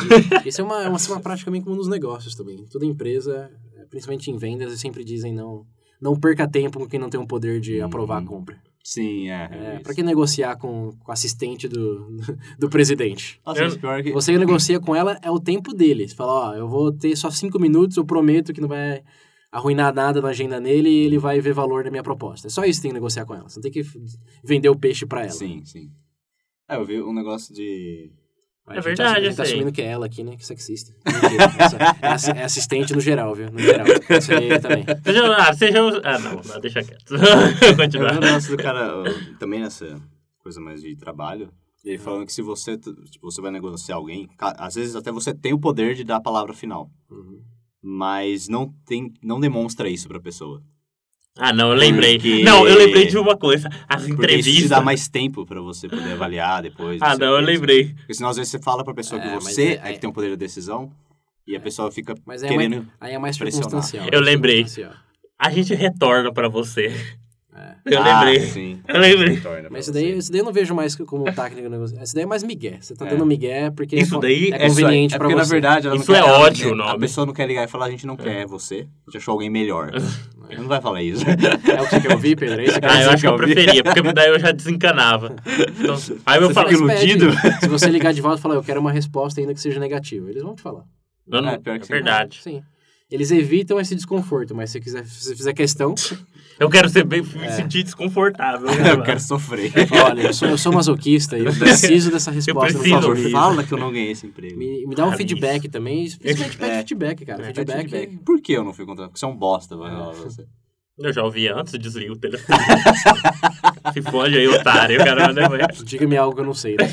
(laughs) Isso é uma, é uma, uma prática meio comum nos negócios também. Toda empresa, é, principalmente em vendas, eles sempre dizem não... Não perca tempo com quem não tem o poder de aprovar a compra.
Sim, Uhum. é. é
É,
isso.
pra que negociar com com o assistente do, (laughs) do presidente?
Nossa, mas pior que.
Você negocia com ela, é o tempo dele. Você fala, ó, eu vou ter só cinco minutos, eu prometo que não vai arruinar nada na agenda nele e ele vai ver valor na minha proposta. É só isso que tem que negociar com ela. Você não tem que f- vender o peixe pra ela.
Sim, sim. É, eu vi um negócio de.
A
É
gente
verdade,
tá, a gente tá
isso aí.
assumindo que é ela aqui, né? Que sexista. Mentira, é só- é assi- é assistente no geral, viu? No geral. Isso aí também.
Você já- Ah, você já... Ah, não. não, deixa quieto. (laughs)
Eu vi um
Continuar.
negócio do
(laughs)
cara, ó, também nessa coisa mais de trabalho, ele falando que se você, t- tipo, você vai negociar alguém, ca- às vezes até você tem o poder de dar a palavra final,
Uhum.
mas não tem, não demonstra isso pra pessoa.
Ah, não, eu lembrei.
Porque-
Não, eu lembrei de uma coisa. As
Porque isso te
entrevistas...
dá mais tempo pra você poder avaliar depois.
Ah,
sei
não,
o
eu
quê.
lembrei.
Porque senão às vezes você fala pra pessoa
É,
que
mas
você
é-
é, que tem o poder da decisão e a pessoa fica
Mas aí é, mais,
querendo...
aí é mais
pressionar.
circunstancial.
Eu lembrei.
circunstancial.
A gente retorna pra você.
É.
Eu
Ah,
lembrei.
sim.
Eu lembrei.
Torna pra
Mas isso daí,
você.
isso daí eu não vejo mais como técnico negociar. Isso daí é mais migué. Você tá
É.
dando migué porque é
Isso
co-
daí
é
É isso aí.
conveniente
é
pra
porque,
você.
na verdade, ela
Isso
não
é
quer, ela-
ódio, o
A
nome.
pessoa não quer ligar e falar, a gente
É.
não quer você, a gente achou
(laughs)
alguém melhor. Ela não vai falar isso.
É o que você quer ouvir, Pedro? É isso que
(laughs)
Ah, eu
você
acho que eu
ouvi.
preferia, porque daí eu já desencanava. Então, aí eu
Você
falo...
fica
Mas
iludido? (laughs)
pede. Se você ligar de volta e falar, eu quero uma resposta ainda que seja negativa, eles vão te falar.
Não, não,
É, pior que
é
sim.
verdade.
Sim. Eles evitam esse desconforto, mas se quiser, se você fizer
(laughs)
questão,
Eu quero ser bem,
É.
me sentir
(laughs)
desconfortável.
(laughs)
né,
Eu quero sofrer.
olha, eu sou, eu sou masoquista e eu preciso
(laughs)
dessa resposta,
preciso.
por favor.
Sim.
Fala que eu não ganhei esse emprego.
Me, me dá um
Cara,
feedback também, principalmente pede
É.
feedback, cara.
É,
feedback, É.
feedback. Por que eu não fui contratado? Porque você é um bosta, vai falar pra você.
Eu já ouvi antes, eu desliguei o
(laughs)
telefone. Se fode aí, otário. Cara,
(laughs)
né, vai.
diga-me algo que eu não sei.
(laughs)
né?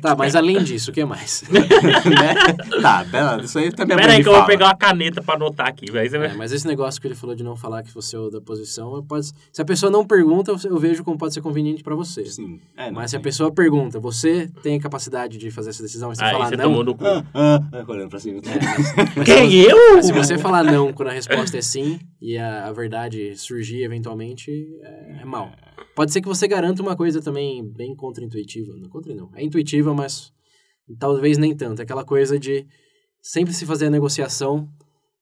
tá, mas além disso, o que mais?
(laughs) Né? tá, pera, isso aí também é
Pera aí
bom de
que eu vou
fala.
pegar uma caneta pra anotar aqui. Vai. Você vai-
É, mas esse negócio que ele falou de não falar que você é o da posição, pode, se a pessoa não pergunta, eu- eu vejo como pode ser conveniente pra você.
Sim. É, não,
Mas se a
sim.
pessoa pergunta, você tem a capacidade de fazer essa decisão? E você
Aí
falar
você
não.
tomou no cu.
Ah, ah, ah, olhando
(laughs)
pra cima.
Quem eu?
Se você falar não quando a resposta é sim e a, a verdade surgir eventualmente, é, é mal. Pode ser que você garanta uma coisa também bem contra-intuitiva. Não contra não. É intuitiva, mas talvez nem tanto. É aquela coisa de sempre se fazer a negociação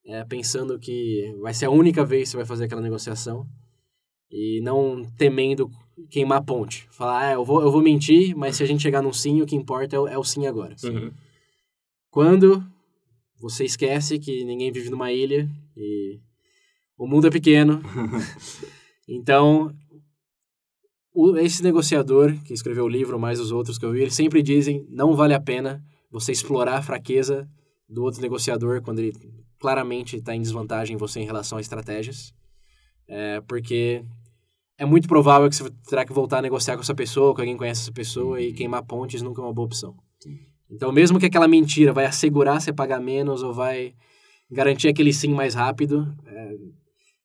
é, pensando que vai ser a única vez que você vai fazer aquela negociação e não temendo queimar a ponte. Falar, ah, eu vou, eu vou mentir, mas se a gente chegar num sim, o que importa é o, é o sim agora.
Uhum.
Quando você esquece que ninguém vive numa ilha e o mundo é pequeno. então, o- esse negociador que escreveu o livro, mais os outros que eu vi, eles sempre dizem não vale a pena você explorar a fraqueza do outro negociador quando ele claramente está em desvantagem em você em relação a estratégias. É, porque é muito provável que você terá que voltar a negociar com essa pessoa, ou que alguém conhece essa pessoa, e queimar pontes nunca é uma boa opção. Então, mesmo que aquela mentira vai assegurar você pagar menos ou vai garantir aquele sim mais rápido, é,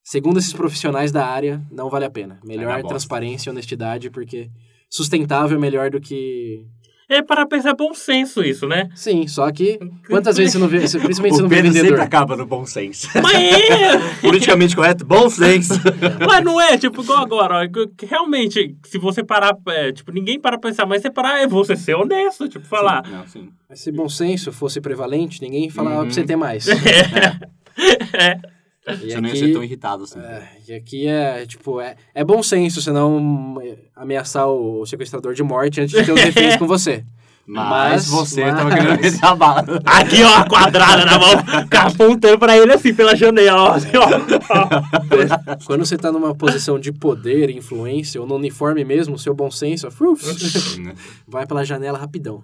segundo esses profissionais da área, não vale a pena.
Vai dar
Melhor
bosta.
transparência e honestidade, porque sustentável é melhor do que...
É para pensar bom senso isso, né?
Sim, só que quantas vezes você não vê, principalmente você
(laughs) o
não vê
Pedro sempre
vendedor.
acaba no bom senso. (laughs)
Mas é! (laughs)
Politicamente correto,
(laughs)
bom senso.
Mas não é, tipo, igual agora, ó, que realmente, se você parar, é, tipo, ninguém para pra pensar, mas você parar é você ser honesto, tipo, falar.
Sim, não, sim.
Mas Se bom senso fosse prevalente, ninguém falava
Uhum.
pra você ter
(laughs)
mais.
É.
E
Você não ia ser tão
aqui,
irritado assim.
é, e aqui é, tipo, é, é bom senso você não é, ameaçar o sequestrador de morte antes de
(laughs)
ter os reféns com você. Mas-
Mas, você
mas-
tava querendo meter a bala.
(laughs)
Aqui, ó, a quadrada na mão, fica apontando pra ele assim, pela janela, ó, assim, ó. ó.
Quando você tá numa posição de poder, influência, ou no uniforme mesmo, seu bom senso é, ó, fruf, vai pela janela rapidão.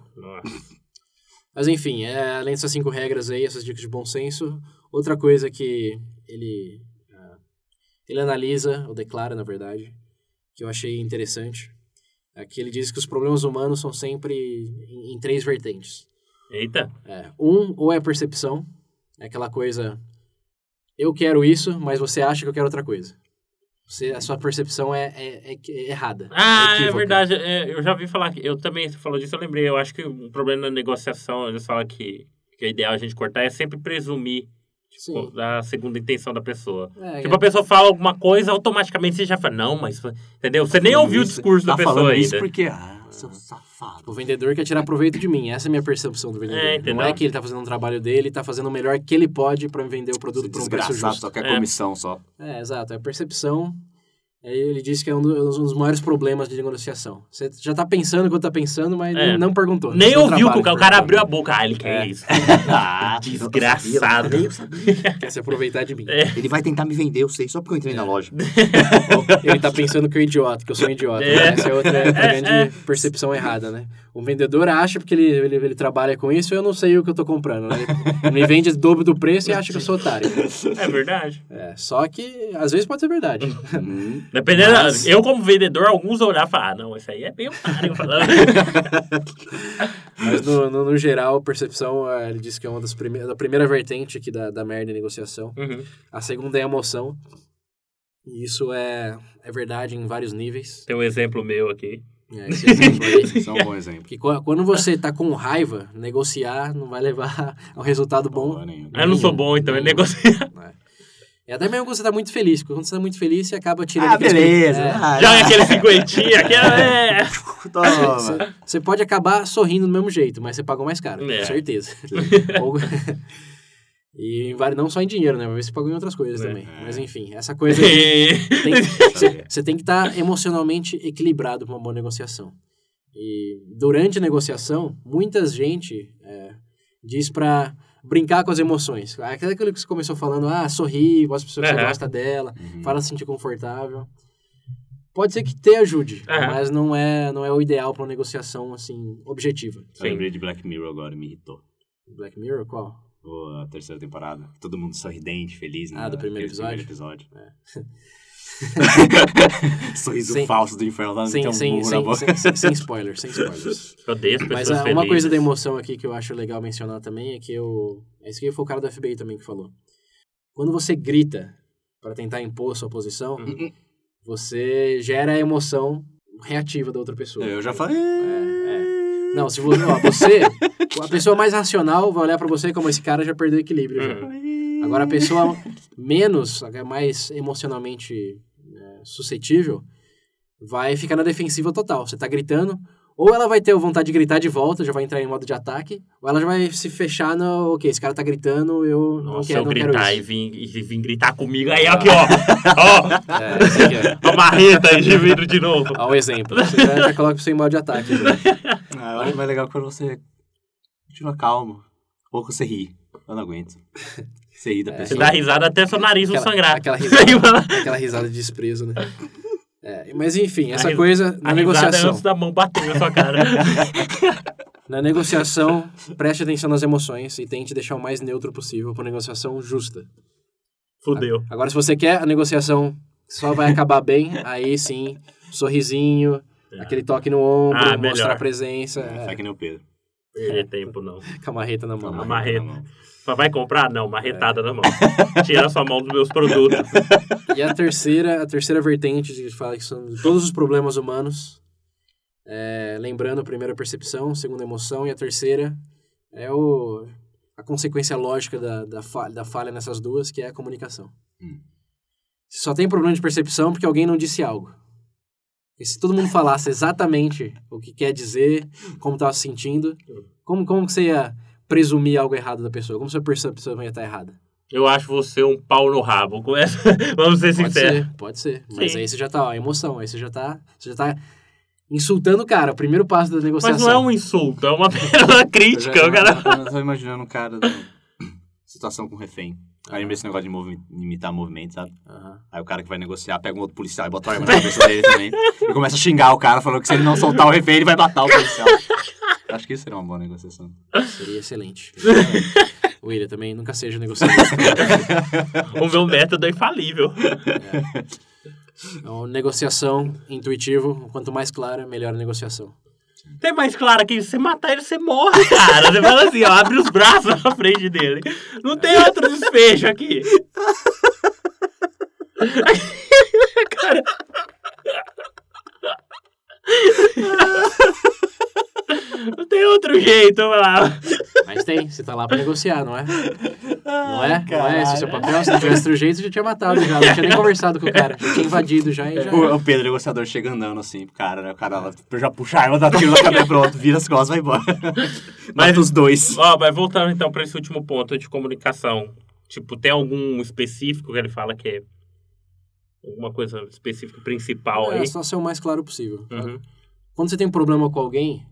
Mas enfim, é, além dessas cinco regras aí, essas dicas de bom senso, outra coisa que ele ah, ele analisa ou declara, na verdade, que eu achei interessante, Aqui ele diz que os problemas humanos são sempre em, em três vertentes.
Eita.
É, um, ou é percepção, é aquela coisa, eu quero isso, mas você acha que eu quero outra coisa. Você, a sua percepção é, é- é que- é errada.
Ah, é
equívoca.
verdade. é, eu já vi falar que. Eu também, você falou disso, eu lembrei. Eu acho que um problema na negociação, eles falam que, que o ideal a gente cortar é sempre presumir
Sim.
da segunda intenção da pessoa.
É,
Tipo, a pessoa fala alguma coisa, automaticamente você já fala, não, mas. Entendeu? Você nem ouviu o discurso da
tá
pessoa
falando
ainda.
isso porque, ah, seu
O
safado.
vendedor quer tirar proveito de mim. Essa é a minha percepção do vendedor.
É,
não
entendeu?
é que ele tá fazendo um trabalho dele, tá fazendo o melhor que ele pode para me vender o produto
Esse
por um preço
Desgraçado,
justo.
só quer
É.
comissão só.
É, exato. É a percepção. Aí ele diz que é um do- um dos, maiores problemas de negociação. Você já tá pensando quando tá pensando, mas
É.
não- não perguntou.
Nem
Seu
ouviu o que
trabalho
o cara,
perguntou.
o cara abriu a boca. Ah, ele
É.
quer isso.
Ah,
Desgraçado.
Quer se aproveitar de mim.
É.
Ele vai tentar me vender, eu sei, só porque eu entrei na (laughs) loja.
Ele tá pensando que eu é idiota, que eu sou um idiota.
É.
né? Essa é outra, outra
É,
grande
é.
percepção errada, né? O vendedor acha, porque ele, ele, ele trabalha com isso, eu não sei o que eu tô comprando. Né? Ele me vende o dobro do preço e acha que eu sou otário.
É verdade.
É, só que às vezes pode ser
(laughs)
verdade.
Hum,
Dependendo,
Mas-
eu como vendedor, alguns olhar e falar, ah, não, esse aí é bem otário
(laughs)
falando.
Mas no, no, no geral, percepção, eh, ele diz que é uma das primeiras, da primeira vertente aqui da, da merda em negociação.
Uhum.
A segunda é emoção. E isso é, é verdade em vários níveis.
Tem um exemplo meu aqui.
É, esse
(laughs)
exemplo aí.
Isso é um bom (laughs) exemplo.
Porque qu- quando você tá com raiva, negociar não vai levar (laughs) a um resultado bom.
é
Ah, Eu não sou bom,
Uhum.
então eu (laughs) negocio.
E até mesmo quando você tá muito feliz. Porque quando você tá muito feliz, você acaba tirando...
Ah,
aqueles-
beleza.
É,
Ah,
Joga aquele é- cinquentinho, aquele...
(laughs) Toma.
Você, você pode acabar sorrindo do mesmo jeito, mas você pagou mais caro,
É.
com
(laughs)
certeza. Ou- (laughs) e vale não só em dinheiro, né? Mas você pagou em outras coisas
É.
também. Mas enfim, essa coisa.
(laughs)
de-
É.
tem- você tem que estar emocionalmente equilibrado para uma boa negociação. E durante a negociação, muita gente é, diz para brincar com as emoções. Aquela que você começou falando, ah, sorri, mostra pra pessoa que você
Aham.
gosta dela,
Uhum.
para se sentir confortável. Pode ser que te ajude,
Aham.
mas não é, não é o ideal para uma negociação assim objetiva.
Eu lembrei de Black Mirror agora, me irritou.
Black Mirror, qual?
Ou A terceira temporada. Todo mundo sorridente, feliz, né?
Ah, do primeiro
Aquele
episódio?
(laughs) primeiro episódio. Sorriso
Sem-
falso do inferno. Lá
Sem,
tem um
sem,
burro na
sem,
boca.
sem, sem, sem spoilers,
(laughs)
sem spoilers.
Eu odeio as pessoas
Mas ah,
felizes.
uma coisa da emoção aqui que eu acho legal mencionar também é que eu. Esse aqui foi o cara do FBI também que falou. Quando você grita para tentar impor sua posição,
Uhum.
você gera a emoção reativa da outra pessoa.
É, Eu já falei.
É, Não, se você, ó, você, a pessoa mais racional vai olhar pra você como esse cara já perdeu o equilíbrio.
Uhum.
já. Agora a pessoa menos, a é mais emocionalmente né, suscetível, vai ficar na defensiva total. Você tá gritando, ou ela vai ter vontade de gritar de volta, já vai entrar em modo de ataque, ou ela já vai se fechar no, ok, esse cara tá gritando, é eu não
Nossa,
quero,
eu
não quero
gritar e
isso.
vim, e vim gritar comigo, aí aqui, ó.
(laughs) É, esse aqui é.
ó, a marreta aí de vidro de novo.
Ó, o exemplo. Você já, já coloca você em modo de ataque. né? já.
Ah, eu acho mais legal quando você continua calmo. Ou que você ri. Eu não aguento. É. Você ri da
Você
pessoa.
dá risada até seu nariz não
Aquela-
sangrar. (laughs)
aquela
Você
risada.
fala,
Aquela risada de desprezo, né? É, mas enfim, essa
ris-
coisa na
A risada é
negociação.
antes da mão bater na sua
(laughs)
cara.
Na negociação, preste atenção nas emoções e tente deixar o mais neutro possível para negociação justa.
Fudeu.
Agora, se você quer a negociação que só vai acabar bem, aí sim, sorrisinho, aquele toque no ombro,
É. Ah, melhor.
mostrar a presença,
É,
é,
Faz que nem o Pedro.
Perder tempo, não.
com a marreta na mão.
Toma,
marreta.
na mão.
Só vai comprar? Não, marretada na mão. (laughs) Tira sua mão dos meus produtos.
E a terceira, a terceira vertente de que fala que são todos os problemas humanos. É, lembrando a primeira percepção, a segunda emoção e a terceira é o, a consequência lógica da, da, falha, da falha nessas duas, que é a comunicação.
Hum.
Você só tem problema de percepção porque alguém não disse algo. E se todo mundo falasse exatamente o que quer dizer, como estava se sentindo, como, como que você ia presumir algo errado da pessoa? Como sua percepção ia estar errada?
Eu acho você um pau no rabo. Com essa- (laughs) Vamos ser
Pode
sinceros.
ser, pode ser. Mas
Sim.
aí você já tá, ó, emoção, aí você já tá, você já tá insultando o cara, o primeiro passo da negociação.
Mas não é um insulto, é uma, (laughs) é uma
Eu já-
crítica. o cara...
Eu já tô imaginando um cara da (coughs) situação com um refém. Aí lembra esse negócio de movi- imitar movimento, sabe?
Aham.
Aí o cara que vai negociar pega um outro policial e bota a arma na cabeça dele (laughs) também. E começa a xingar o cara, falando que se ele não soltar o refém, ele vai matar o policial. Acho que isso seria uma boa negociação.
Seria excelente. (laughs) É. William, também nunca seja negociador.
O meu método é infalível.
Então, negociação, intuitivo, quanto mais clara, melhor a negociação.
Tem mais claro que se você matar ele, você morre, cara. Você fala assim, ó, abre os braços (laughs) na frente dele. Não tem outro desfecho aqui. (laughs) cara. Não tem outro jeito, vai lá.
Mas tem, você tá lá pra negociar, não é? Não é? Não é esse o seu papel? Se não tivesse outro jeito, eu já tinha matado já. Não tinha nem conversado com o cara. Já tinha invadido já e já.
O, o Pedro, negociador, chega andando assim, pro cara, né? O cara lá, já puxa a arma, dá tiro na cabeça pro outro, vira as costas, vai embora. Mata os dois.
Ó, mas voltando então pra esse último ponto de comunicação. Tipo, tem algum específico que ele fala que é alguma coisa específica, principal aí?
É só ser o mais claro possível.
Uhum.
Quando você tem um problema com alguém,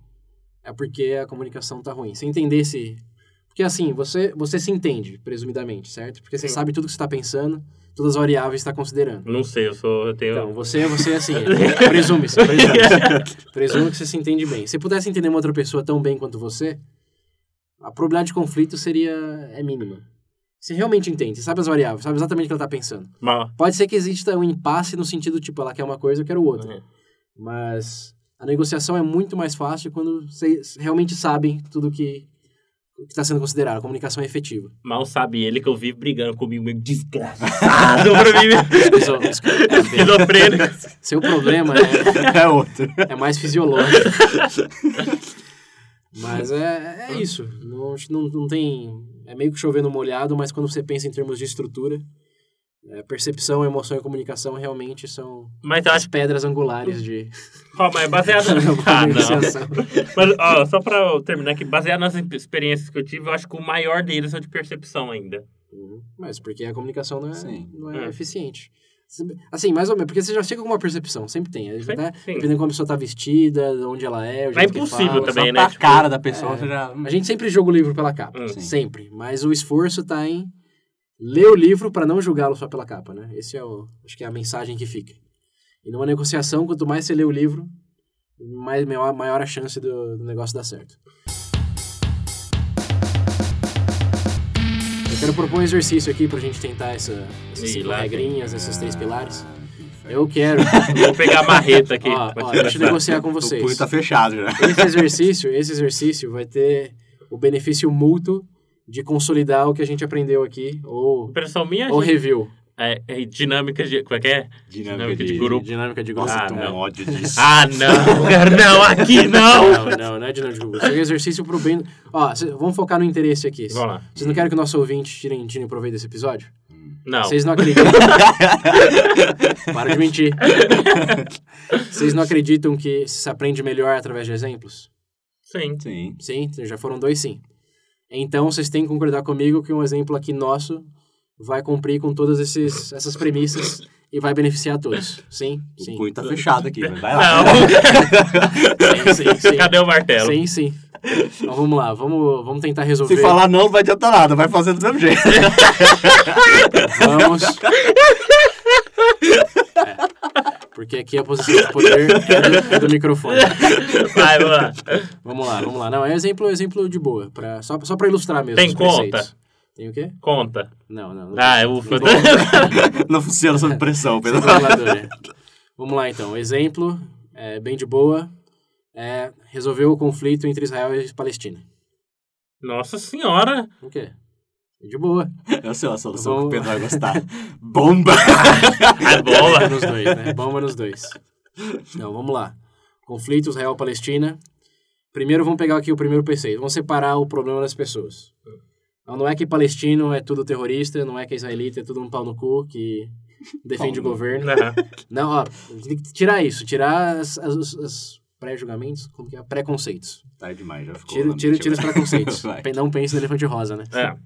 é porque a comunicação tá ruim. Você entender se. Porque assim, você, você se entende, presumidamente, certo? Porque você
Sim.
sabe tudo que você tá pensando, todas as variáveis que você tá considerando.
Não sei, eu sou. Eu tenho.
Então, você, você
(laughs)
é assim, é, presume-se,
é.
presume-se. (laughs) Presume que você se entende bem. Se pudesse entender uma outra pessoa tão bem quanto você, a probabilidade de conflito seria é mínima. Você realmente entende, você sabe as variáveis, sabe exatamente o que ela tá pensando.
Mas-
Pode ser que exista um impasse no sentido, tipo, ela quer uma coisa, eu quero outra. Mas a negociação é muito mais fácil quando vocês realmente sabem tudo que está sendo considerado, a comunicação é efetiva.
Mal sabe ele que eu vivo brigando comigo, meio desgraçado pra mim.
(laughs) Esquizo- esqui- é, bem,
Esquizofrênico.
Seu problema é,
(laughs) É outro.
é mais fisiológico. Mas é, é isso. Não, acho que não, não tem. É meio que chovendo molhado, mas quando você pensa em termos de estrutura, é, percepção, emoção e comunicação realmente são
Mas eu
as
acho
pedras angulares de.
que. Ó, mas
(laughs)
é baseado. (laughs) Ah, não.
negociação.
Mas, ó, só pra eu terminar aqui, baseado nas experiências que eu tive, eu acho que o maior deles é o de percepção ainda.
Mas porque a comunicação não é,
Sim.
não é
É.
eficiente. Assim, mais ou menos, porque você já chega com uma percepção, sempre tem. Né?
Sempre tem.
Dependendo de como a pessoa tá vestida, de onde ela é, o jeito que
impossível
fala,
também,
sabe?
Só
né,
pra
tipo,
cara da pessoa,
é.
você já...
A gente sempre joga o livro pela capa,
Hum.
Sim.
sempre. Mas o esforço tá em ler o livro para não julgá-lo só pela capa, né? Esse é o, acho que é a mensagem que fica. E numa negociação, quanto mais você lê o livro, mais, maior, maior a chance do, do negócio dar certo. Eu quero propor um exercício aqui pra gente tentar essa, essas
Ih,
cinco
lá vem.
regrinhas, esses três pilares. Eu quero.
Vou pegar a marreta aqui.
ó, ó, deixa eu negociar com
O
vocês
punho tá fechado já.
esse exercício, esse exercício vai ter o benefício mútuo de consolidar o que a gente aprendeu aqui ou
Impressão minha
ou
gente,
review.
é, é dinâmica de. Como é que é?
né,
Dinâmica de grupo.
Dinâmica de grupo.
Nossa,
Ah,
eu tô
não.
um ódio disso.
Ah, não, cara, não, aqui não!
(laughs) Não, não, não é dinâmica de grupo. Isso é um exercício pro bem. Ó, cê- vamos focar no interesse aqui.
Vamos lá.
Vocês não querem que o nosso ouvinte tirem, tirem proveito desse episódio?
Não.
Vocês não (laughs) acreditam. Para de mentir. Vocês não acreditam que se aprende melhor através de exemplos?
Sim.
Sim.
Sim, já foram dois sim. Então, vocês têm que concordar comigo que um exemplo aqui nosso vai cumprir com todas esses, essas premissas e vai beneficiar a todos. Sim,
O
sim.
punho tá fechado aqui, mas vai lá.
Não.
Sim, Ah, sim, sim.
Cadê o martelo?
Sim, sim. Então, vamos lá, vamos, vamos tentar resolver.
Se falar não, não vai adiantar nada, vai fazer do mesmo jeito. (laughs)
Vamos. É, Porque aqui a posição de poder é do, é do microfone.
Vai, vamos lá.
Vamos lá, vamos lá. Não, é exemplo, exemplo de boa. Pra, só, só pra ilustrar mesmo.
Tem
os preceitos.
conta?
Tem o quê?
Conta.
Não, não. não
Ah,
tem.
eu
Não tem.
Não funciona sob pressão, Pedro.
Controladora. Vamos lá então. Exemplo, é, bem de boa, é, resolveu o conflito entre Israel e Palestina.
Nossa senhora!
O quê? Bem De boa.
Eu sei uma solução
Bom.
que É o Pedro vai gostar. Bomba!
É boa!
Bomba nos dois, né? Bomba nos dois. Então, vamos lá. Conflito Israel-Palestina. Primeiro, vamos pegar aqui o primeiro preceito. Vamos separar o problema das pessoas. Então, não é que palestino é tudo terrorista, não é que israelita é tudo um pau no cu que defende o
Pau no- É.
governo.
Aham.
Não, ó, tem que tirar isso, tirar as, as- os- os pré-julgamentos, como que é? Preconceitos.
Tarde demais, já ficou.
Tira,
na
tira,
mente
tira os
(laughs)
agora.
preconceitos.
(laughs) Vai.
Pe- Não pense no elefante rosa, né?
É.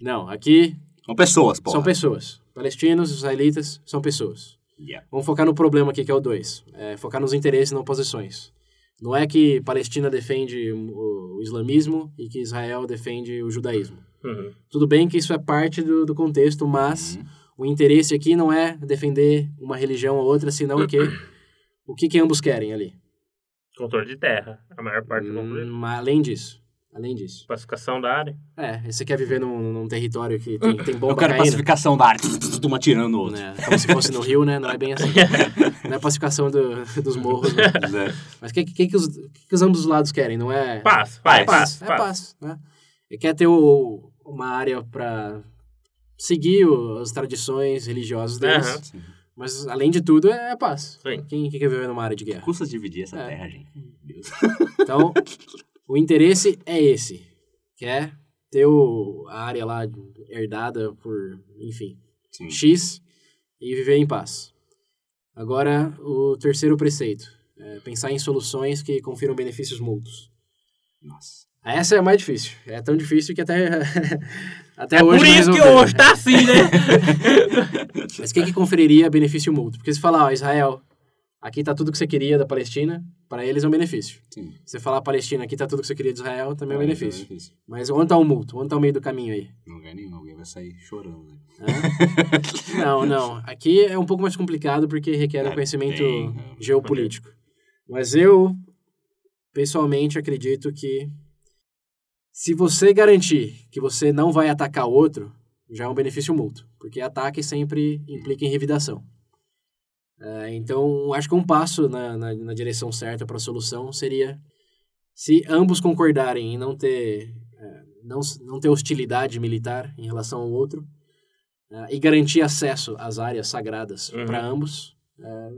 Não, aqui
São pessoas, pô.
são pessoas. Palestinos, israelitas, são pessoas.
Yeah.
Vamos focar no problema aqui, que é o 2. focar nos interesses, não posições. Não é que Palestina defende o o islamismo e que Israel defende o judaísmo.
Uhum.
Tudo bem que isso é parte do, do contexto, mas o interesse aqui não é defender uma religião ou outra, senão
(clears throat)
que o que, que ambos querem ali.
Contorno de terra, a maior parte do conflito.
Hum, além disso, Além disso.
Classificação da área. (laughs)
É, e você quer viver num, num território que tem, tem bomba
Eu quero
caindo,
pacificação da área, uma tirando o
(laughs)
outro.
né? Como se fosse no Rio, né? Não é bem assim. Não é pacificação do- dos morros, né?
Zé.
Mas o que, que, que, os, que, que os ambos os lados querem? Não é.
Paz, vai,
É paz,
paz,
é paz, né? E quer ter o- uma área para seguir o- as tradições religiosas deles,
Aham.
mas além de tudo é a paz.
Sim.
Quem, quem quer viver numa área de guerra?
Custa dividir essa
É.
terra, gente. Meu Deus.
Então, o interesse é esse. Quer ter o- a área lá herdada por, enfim,
Sim.
X e viver em paz. Agora, o terceiro preceito. é pensar em soluções que confiram benefícios mútuos.
Nossa.
Essa é a mais difícil. É tão difícil que até, (laughs) até
É
hoje
por
não
isso que
resolveram.
hoje tá assim, né?
Mas quem que conferiria benefício mútuo? Porque se falar, ó, Israel, aqui tá tudo que você queria da Palestina, para eles é um benefício.
Sim.
Você falar, Palestina, aqui tá tudo que você queria de Israel, também é um
Olha,
benefício. Mas onde tá o mútuo? Onde tá o meio do caminho aí?
Em lugar nenhum, alguém vai sair chorando. né?
Hã? não, não. Aqui é um pouco mais complicado porque requer um
É,
conhecimento
bem, é,
geopolítico. Mas eu, pessoalmente, acredito que se você garantir que você não vai atacar o outro, já é um benefício mútuo. Porque ataque sempre implica em revidação. É, então, acho que um passo na, na, na direção certa para a solução seria se ambos concordarem em não ter, é, não, s- não ter hostilidade militar em relação ao outro é, e garantir acesso às áreas sagradas
Uhum.
para ambos. é,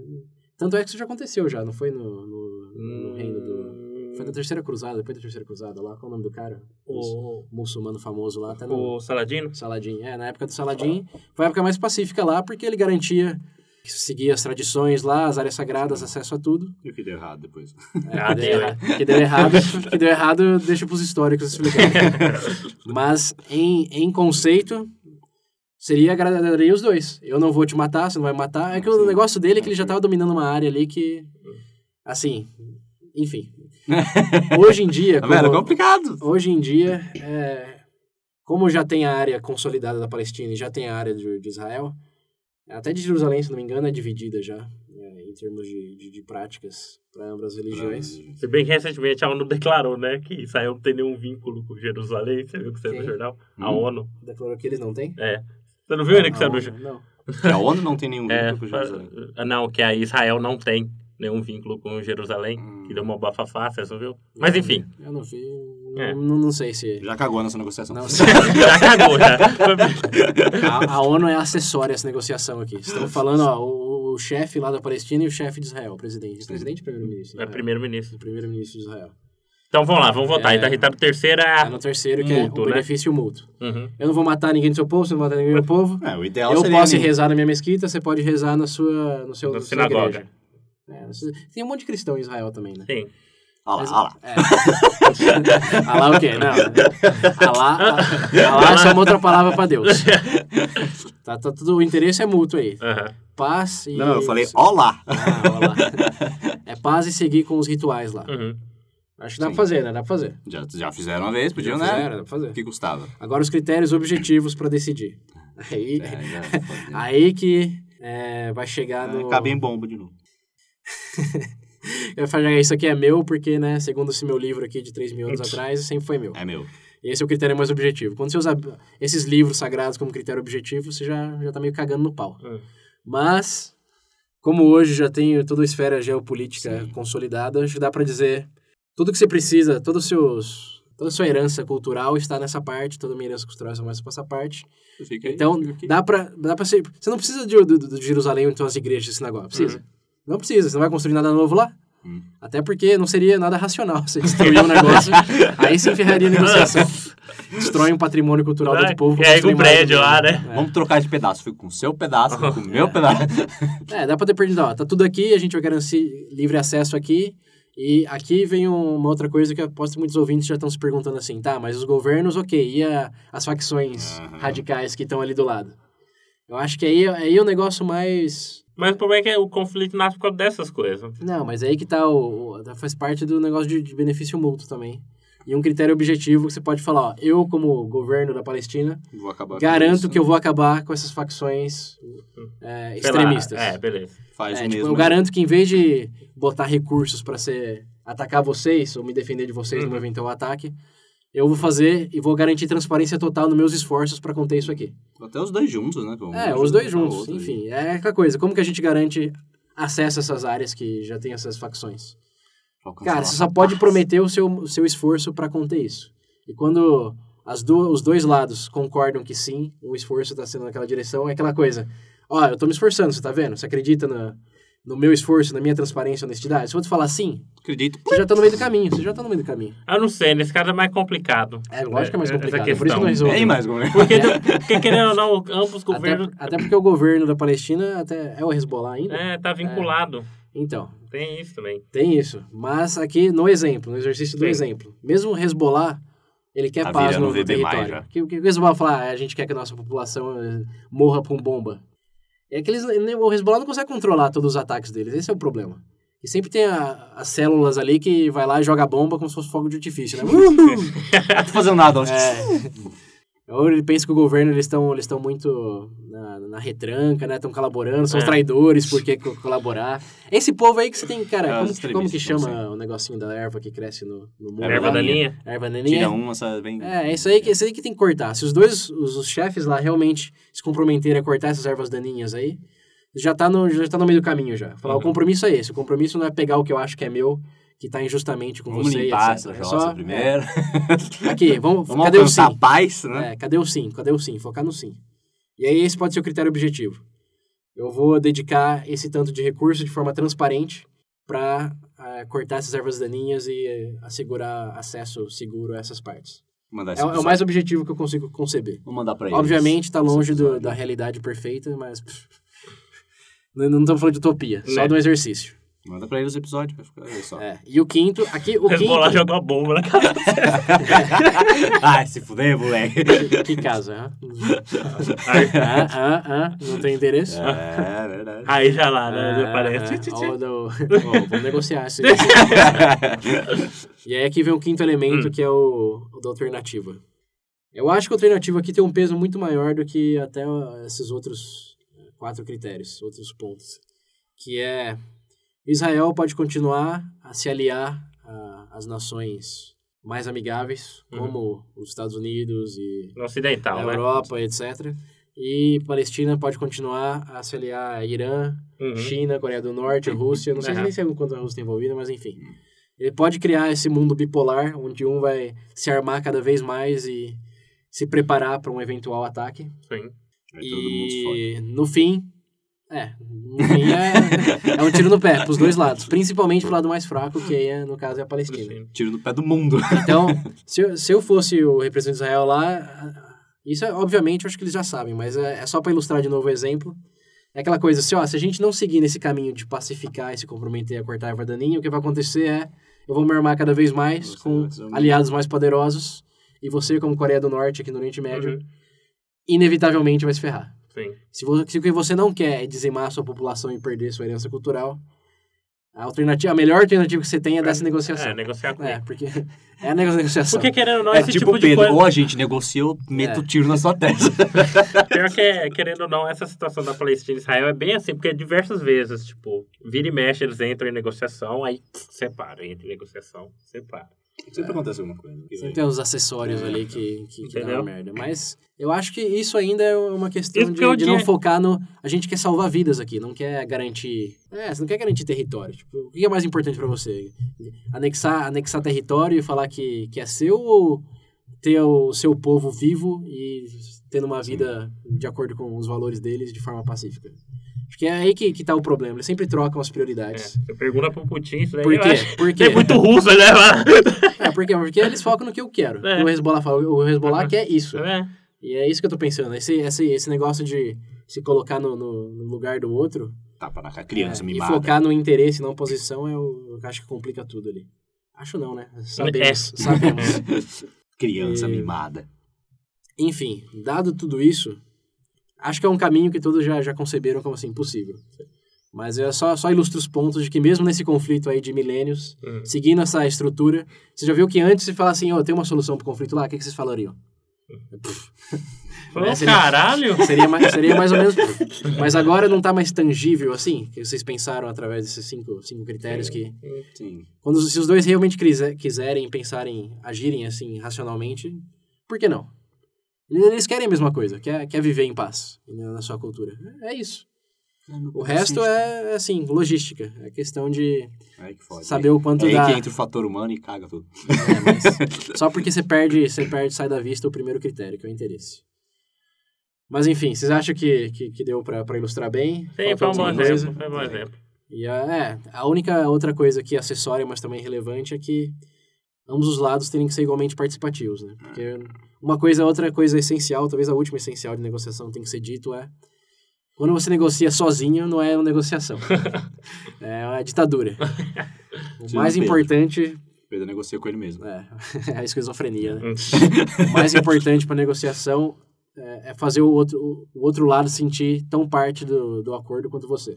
tanto é que isso já aconteceu já, não foi no, no, (laughs)
Hum,
no reino do... Foi na Terceira Cruzada, depois da Terceira Cruzada lá, qual o nome do cara?
O,
Muçulmano famoso lá, até no...
o Saladino?
Saladin. É, na época do Saladin, foi a época mais pacífica lá, porque ele garantia que seguia as tradições lá, as áreas sagradas, acesso a tudo.
E o que deu errado depois?
É,
Ah,
que,
deu,
deu errado, que deu errado, que deu errado, deixa pros históricos explicarem. Mas, em, em conceito, seria agradaria os dois. Eu não vou te matar, você não vai me matar. É que o
Sim.
negócio dele é que ele já tava dominando uma área ali que, assim, enfim. Hoje em dia...
Tá vendo? É
como-
complicado.
Hoje em dia, é, como já tem a área consolidada da Palestina e já tem a área de, de Israel, até de Jerusalém, se não me engano, é dividida já é, em termos de, de, de práticas para ambas as religiões.
Se bem que recentemente a ONU declarou, né, que Israel não tem nenhum vínculo com Jerusalém. Você viu que saiu no
Quem?
jornal? A
Hum.
ONu.
Declarou que eles não têm?
É. Você não viu ele que
não,
saiu no jornal?
não.
Que a ONU não tem nenhum
É,
vínculo com né? Jerusalém.
fa- não, que a Israel não tem nenhum vínculo com Jerusalém.
Hum.
Que deu uma bafafá, você não viu? Mas enfim,
Eu não vi,
É.
não, não sei se...
Já cagou nessa negociação.
Não,
(laughs) já cagou, já.
a, a ONU é acessória a essa negociação aqui. Estão falando, ó, o, o chefe lá da Palestina e o chefe de Israel, o presidente. Presidente e primeiro-ministro?
É
né?
primeiro-ministro.
Primeiro-ministro de Israel.
Então vamos lá, vamos votar.
É.
Então a gente tá no terceiro.
Tá
a-
no terceiro, que é
Mútuo,
o
né?
benefício mútuo.
Uhum.
Eu não vou matar ninguém do seu povo, você não mata ninguém do meu povo.
(laughs) É, o ideal
Eu
seria...
posso
nem-
rezar na minha mesquita, você pode rezar na sua, no seu,
Na
na sua
sinagoga.
igreja. É, você- tem um monte de cristão em Israel também, né?
Sim.
Olha lá,
Mas-
olha lá.
É. (laughs) Alá o quê? Não. né? Alá, Alá é só uma outra palavra pra Deus. Tá, tá tudo, o interesse é mútuo aí.
Aham.
Paz e...
Não, eu falei, olá.
Ah, olá. É paz e seguir com os rituais lá.
Uhum.
Acho que dá
Sim.
pra fazer, né? Dá pra fazer.
Já, já fizeram uma vez, podiam,
Já
né?
fizeram, Dá pra fazer.
O que custava?
Agora os critérios objetivos pra decidir. Aí,
É, já,
(laughs)
pode-
Aí que é, vai chegar no.
Acabei em bomba de novo.
Eu falo, isso aqui é meu, porque, né, segundo esse meu livro aqui de 3 mil anos atrás, sempre foi meu.
É meu.
Esse é o critério mais objetivo. Quando você usa esses livros sagrados como critério objetivo, você já, já tá meio cagando no pau.
É.
Hum.
Mas, como hoje já tem toda a esfera geopolítica
Sim.
consolidada, acho que dá pra dizer tudo que você precisa, todos os seus. Toda a sua herança cultural está nessa parte, toda a minha herança cultural está mais nessa parte.
Fica aí,
Então,
Uhum.
fica aqui.
dá pra, dá pra ser. Você não precisa de, do, do Jerusalém ou então as igrejas e sinagoga. Precisa.
Uhum.
Não precisa. Você não vai construir nada novo lá.
Hum.
Até porque não seria nada racional (laughs) você destruir um negócio. aí se ferraria a
(laughs)
negociação. Destrói um patrimônio cultural do
Ah,
outro povo. pra
Pega um
construir mais
prédio
um.
lá, né?
Vamos trocar de pedaço. Fico com o seu pedaço, fico com
(laughs)
o meu pedaço.
É, dá pra ter perdido. Ó, tá tudo aqui, a gente vai garantir livre acesso aqui. E aqui vem um- uma outra coisa que eu aposto que muitos ouvintes já estão se perguntando assim, tá, mas os governos, ok, e a- as facções
Aham.
radicais que estão ali do lado? Eu acho que aí, aí é o negócio mais...
Mas o problema é que o conflito nasce por causa dessas coisas.
Não, mas aí que tá o, o- faz parte do negócio de, de benefício mútuo também. E um critério objetivo que você pode falar, ó, eu como governo da Palestina,
Vou acabar com
garanto
isso.
que eu vou acabar com essas facções é,
Sei lá,
extremistas.
É, beleza.
Faz
É,
o
tipo,
mesmo.
eu garanto que em vez de botar recursos pra ser atacar vocês ou me defender de vocês
Uhum.
num eventual ataque, Eu vou fazer e vou garantir transparência total nos meus esforços para conter isso aqui.
Até os dois juntos, né? Como
É,
um
os dois
ajuda o
juntos,
outro,
enfim. É aquela coisa. Como que a gente garante acesso a essas áreas que já tem essas facções?
pra alcançar
Cara,
lá.
você só pode prometer o seu, o seu esforço para conter isso. E quando as duas, os dois lados concordam que sim, o esforço está sendo naquela direção, é aquela coisa. Ó, eu tô me esforçando, você tá vendo? Você acredita na- no meu esforço, na minha transparência e honestidade? Se eu te falar sim,
Acredito.
você já tá no meio do caminho, você já tá no meio do caminho.
Eu não sei, nesse caso é mais complicado.
É, lógico que é mais
Essa
complicado, por isso
questão.
não resolve.
Bem mais, governo.
Porque, porque, querendo ou não, ambos os
Até,
governos
até porque o governo da Palestina até é o Hezbollah ainda.
é, tá vinculado.
Então,
Tem isso também.
Tem isso. Mas aqui no exemplo, no exercício do
Sim.
exemplo. Mesmo o Hezbollah, ele quer
Tá
paz
virando
no
VB+, já.
território. O que, que o Hezbollah fala? Ah, a gente quer que a nossa população eh, morra com bomba. É que eles, o Hezbollah não consegue controlar todos os ataques deles. Esse é o problema. E sempre tem a- as células ali que vai lá e joga bomba como se fosse fogo de artifício, né? Uhul!
Não tô fazendo
é.
nada.
(laughs) Ou ele pensa que o governo, eles estão eles tão muito na, na retranca, né? Estão colaborando, são
É.
traidores, por que co- colaborar? Esse povo aí que você tem,
É,
cara,
os
como, que- como que
extremistas, não
chama o negocinho da erva que cresce no, no mundo?
Erva
lá?
daninha.
Erva
Tira um.
daninha.
uma, sabe? Bem...
É, é isso aí, que, isso aí que tem que cortar. Se os dois, os, os chefes lá realmente se comprometerem a cortar essas ervas daninhas aí, já tá no, já tá no meio do caminho já. Falar,
Uhum.
o compromisso é esse. O compromisso não é pegar o que eu acho que é meu, que tá injustamente com
Vamos
você,
limpar
etc.
essa
É
roça primeiro. (laughs)
é, Aqui, vamos,
Vamos
cadê o sim?
alcançar a paz, né?
É, cadê o sim? Cadê o sim? Focar no sim. E aí esse pode ser o critério objetivo. Eu vou dedicar esse tanto de recurso de forma transparente para cortar essas ervas daninhas e eh, assegurar acesso seguro a essas partes.
Mandar
É, o- é o mais objetivo que eu consigo conceber.
Vou mandar pra eles.
Obviamente está longe do-
episódio.
da realidade perfeita, mas (laughs) pff, não não estamos falando de utopia, só
Né.
de um exercício.
Manda pra eles o episódio, vai ficar aí (laughs) só.
É, E o quinto, aqui o
O Hezbollah
quinto,
jogou a bomba na cara.
Ai, se fuder, moleque.
(laughs) que caso, hã?
Aí,
né? Ah, ah, ah, não tem endereço?
É, verdade.
aí já lá, né?
Ah,
parece.
ah,
Tchim,
ah,
tchim.
ó,
(laughs)
não. Ó, vamos negociar isso. aí. e aí aqui vem o quinto
Hum.
elemento, que é o, o da alternativa. Eu acho que a alternativa aqui tem um peso muito maior do que até ó, esses outros eh, quatro critérios, outros pontos. Que é, Israel pode continuar a se aliar a- às nações mais amigáveis,
Uhum.
como os Estados Unidos e
No ocidental,
a
né?
Europa, etc. E Palestina pode continuar a se aliar a Irã,
Uhum.
China, Coreia do
Uhum.
Norte, Rússia, não sei
Aham.
nem se é quanto a Rússia está envolvida, mas enfim. Ele pode criar esse mundo bipolar, onde um vai se armar cada vez mais e se preparar para um eventual ataque.
Sim.
Aí É todo mundo se fode.
e no fim, é, no fim é, é um tiro no pé, para os dois lados, principalmente para o lado mais fraco, que aí é, no caso é a Palestina.
Sim.
Tiro no pé do mundo.
Então, se eu, se eu fosse o representante de Israel lá, isso é, obviamente eu acho que eles já sabem, mas é, é só para ilustrar de novo o exemplo. É aquela coisa, se, ó, se a gente não seguir nesse caminho de pacificar e se comprometer a cortar a erva daninha, o que vai acontecer é eu vou me armar cada vez mais
Você
com
vai ser um-
aliados mais poderosos e você, como Coreia do Norte aqui no Oriente Médio,
Uhum.
inevitavelmente vai se ferrar.
Sim.
Se, vo- se o que você não quer é dizimar a sua população e perder sua herança cultural, a, alternativa, a melhor alternativa que você tem é dessa negociação.
É, negociar com
É,
ele.
porque (laughs) é a nego- negociação.
Porque querendo ou não,
é
esse
tipo,
tipo, de
Pedro,
coisa.
ou a gente negocia ou
É.
meto o tiro na sua testa.
(laughs)
Pior que, é, querendo ou não, essa situação da Palestina e Israel é bem assim, porque diversas vezes, tipo, vira e mexe, eles entram em negociação, aí pff, separa, entra em negociação, separa.
Sempre acontece alguma coisa.
Sempre tem uns acessórios ali que, que, que dá
Entendeu?
uma merda. Mas eu acho que isso ainda é uma questão
Isso que eu
de, de não
diria.
focar no. A gente quer salvar vidas aqui, não quer garantir. É, você não quer garantir território. Tipo, o que é mais importante pra você? Anexar, anexar território e falar que, que é seu ou ter o seu povo vivo e tendo uma vida de acordo com os valores deles de forma pacífica? Acho que é aí que, que tá o problema. Eles sempre trocam as
É,
prioridades.
você pergunta pro Putin, isso daí
Por
eu
quê?
acho
Por quê?
Tem muito russo, né?
(laughs)
lá?
É, por quê? Porque eles focam no que eu quero.
É.
E O Hezbollah fala, o Hezbollah
Aham.
quer isso.
É.
E é isso que eu tô pensando. Esse, esse, esse negócio de se colocar no, no- no lugar do outro
Tapa na cara, criança
é, e
mimada.
focar no interesse, não posição, é o, eu acho que complica tudo ali. Acho não, né?
É.
Sabemos. Sabemos. (laughs)
Criança
E-
mimada.
Enfim, dado tudo isso, acho que é um caminho que todos já, já conceberam como assim, impossível. Mas eu só, só ilustro os pontos de que mesmo nesse conflito aí de milênios,
Uhum.
seguindo essa estrutura, você já viu que antes se fala assim, ó, tem uma solução pro conflito lá, o que, que vocês falariam? Pff,
Falou,
né? Seria-
caralho!
Seria mais, seria mais
(laughs)
ou menos. Mas agora não tá mais tangível assim, que vocês pensaram através desses cinco, cinco
É.
critérios que.
Sim.
Quando os- se os dois realmente quise- quiserem, pensarem, agirem assim racionalmente, por que não? Eles querem a mesma coisa, quer, quer viver em paz na na sua cultura. É isso. O resto é, assim, logística. É questão de
Ai, que foda.
saber o quanto
é aí
dá.
que entra o fator humano e caga tudo.
É, mas só porque você perde, você perde, sai da vista o primeiro critério, que é o interesse. Mas enfim, vocês acham que, que, que deu pra, pra ilustrar bem?
Sim, foi
Faltou
um bom
alguma coisa?
exemplo, foi um
(laughs)
bom exemplo.
E a, é, a única outra coisa que é acessória, mas também relevante, é que ambos os lados terem que ser igualmente participativos, né? Porque uma coisa, outra coisa essencial, talvez a última essencial de negociação tem que ser dito é quando você negocia sozinho, não é uma negociação. é uma ditadura. O
Sim,
mais
Pedro.
importante
Pedro negocia com ele mesmo.
é, (laughs) é a esquizofrenia, né?
Hum.
O mais importante para negociação é, é fazer o outro, o outro lado sentir tão parte do, do acordo quanto você.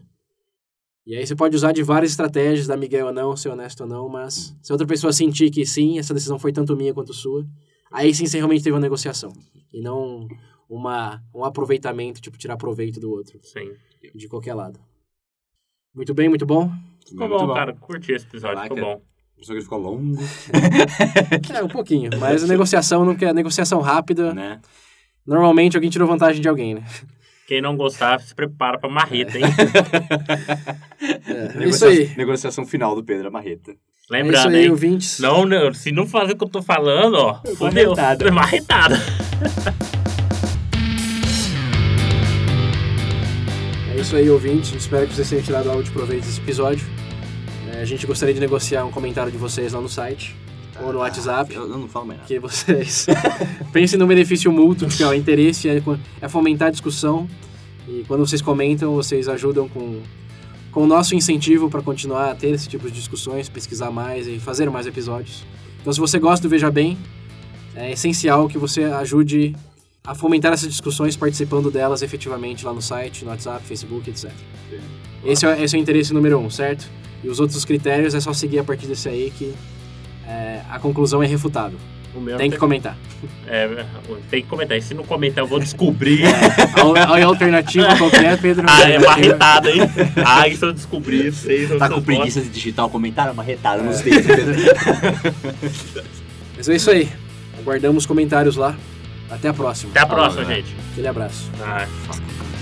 E aí você pode usar de várias estratégias, da Miguel ou não, ser honesto ou não, mas se a outra pessoa sentir que sim, essa decisão foi tanto minha quanto sua, aí sim você realmente teve uma negociação. E não uma, um aproveitamento, tipo, tirar proveito do outro,
Sim.
de qualquer lado. Muito bem, muito bom.
Ficou bom, cara. Curti esse episódio,
Caraca.
ficou bom.
Só que ele ficou longo,
É, um pouquinho, mas a negociação não quer negociação rápida.
né?
Normalmente alguém tirou vantagem de alguém, né?
Quem não gostar, se prepara pra
(laughs)
marreta, hein?
É, isso aí.
Negociação final do Pedro, a marreta.
Lembrando,
é isso aí,
hein?
ouvintes.
Não, não, se não fazer o que eu tô falando, ó,
tô
fodeu. (laughs)
arretado.
Marretada.
É isso aí, ouvintes. Espero que vocês tenham tirado algo de proveito desse episódio. É, a gente gostaria de negociar um comentário de vocês lá no site ou no WhatsApp.
Ah, Eu, eu não falo mais nada.
Que é (laughs) vocês pensem no benefício mútuo, que é o interesse, é, co- é fomentar a discussão. E quando vocês comentam, vocês ajudam com, com o nosso incentivo para continuar a ter esse tipo de discussões, pesquisar mais e fazer mais episódios. Então, se você gosta do Veja Bem, é essencial que você ajude a fomentar essas discussões participando delas efetivamente lá no site, no WhatsApp, Facebook, etc. Esse é, esse é o interesse número um, certo? E os outros critérios é só seguir a partir desse aí que é, a conclusão é refutável.
O meu
Tem que comentar.
é, tem que comentar. E se não comentar, eu vou descobrir.
A, a
(laughs)
alternativa qualquer, Pedro.
ah, é marretada, hein? Ah, isso eu descobri, sei.
Tá com preguiça de digitar o comentário? Marretada nos dedos, Pedro.
Mas é isso aí. Aguardamos comentários lá. Até a próxima.
Até a próxima,
Fala, né?
gente.
Aquele abraço.
Ah,
Fuck.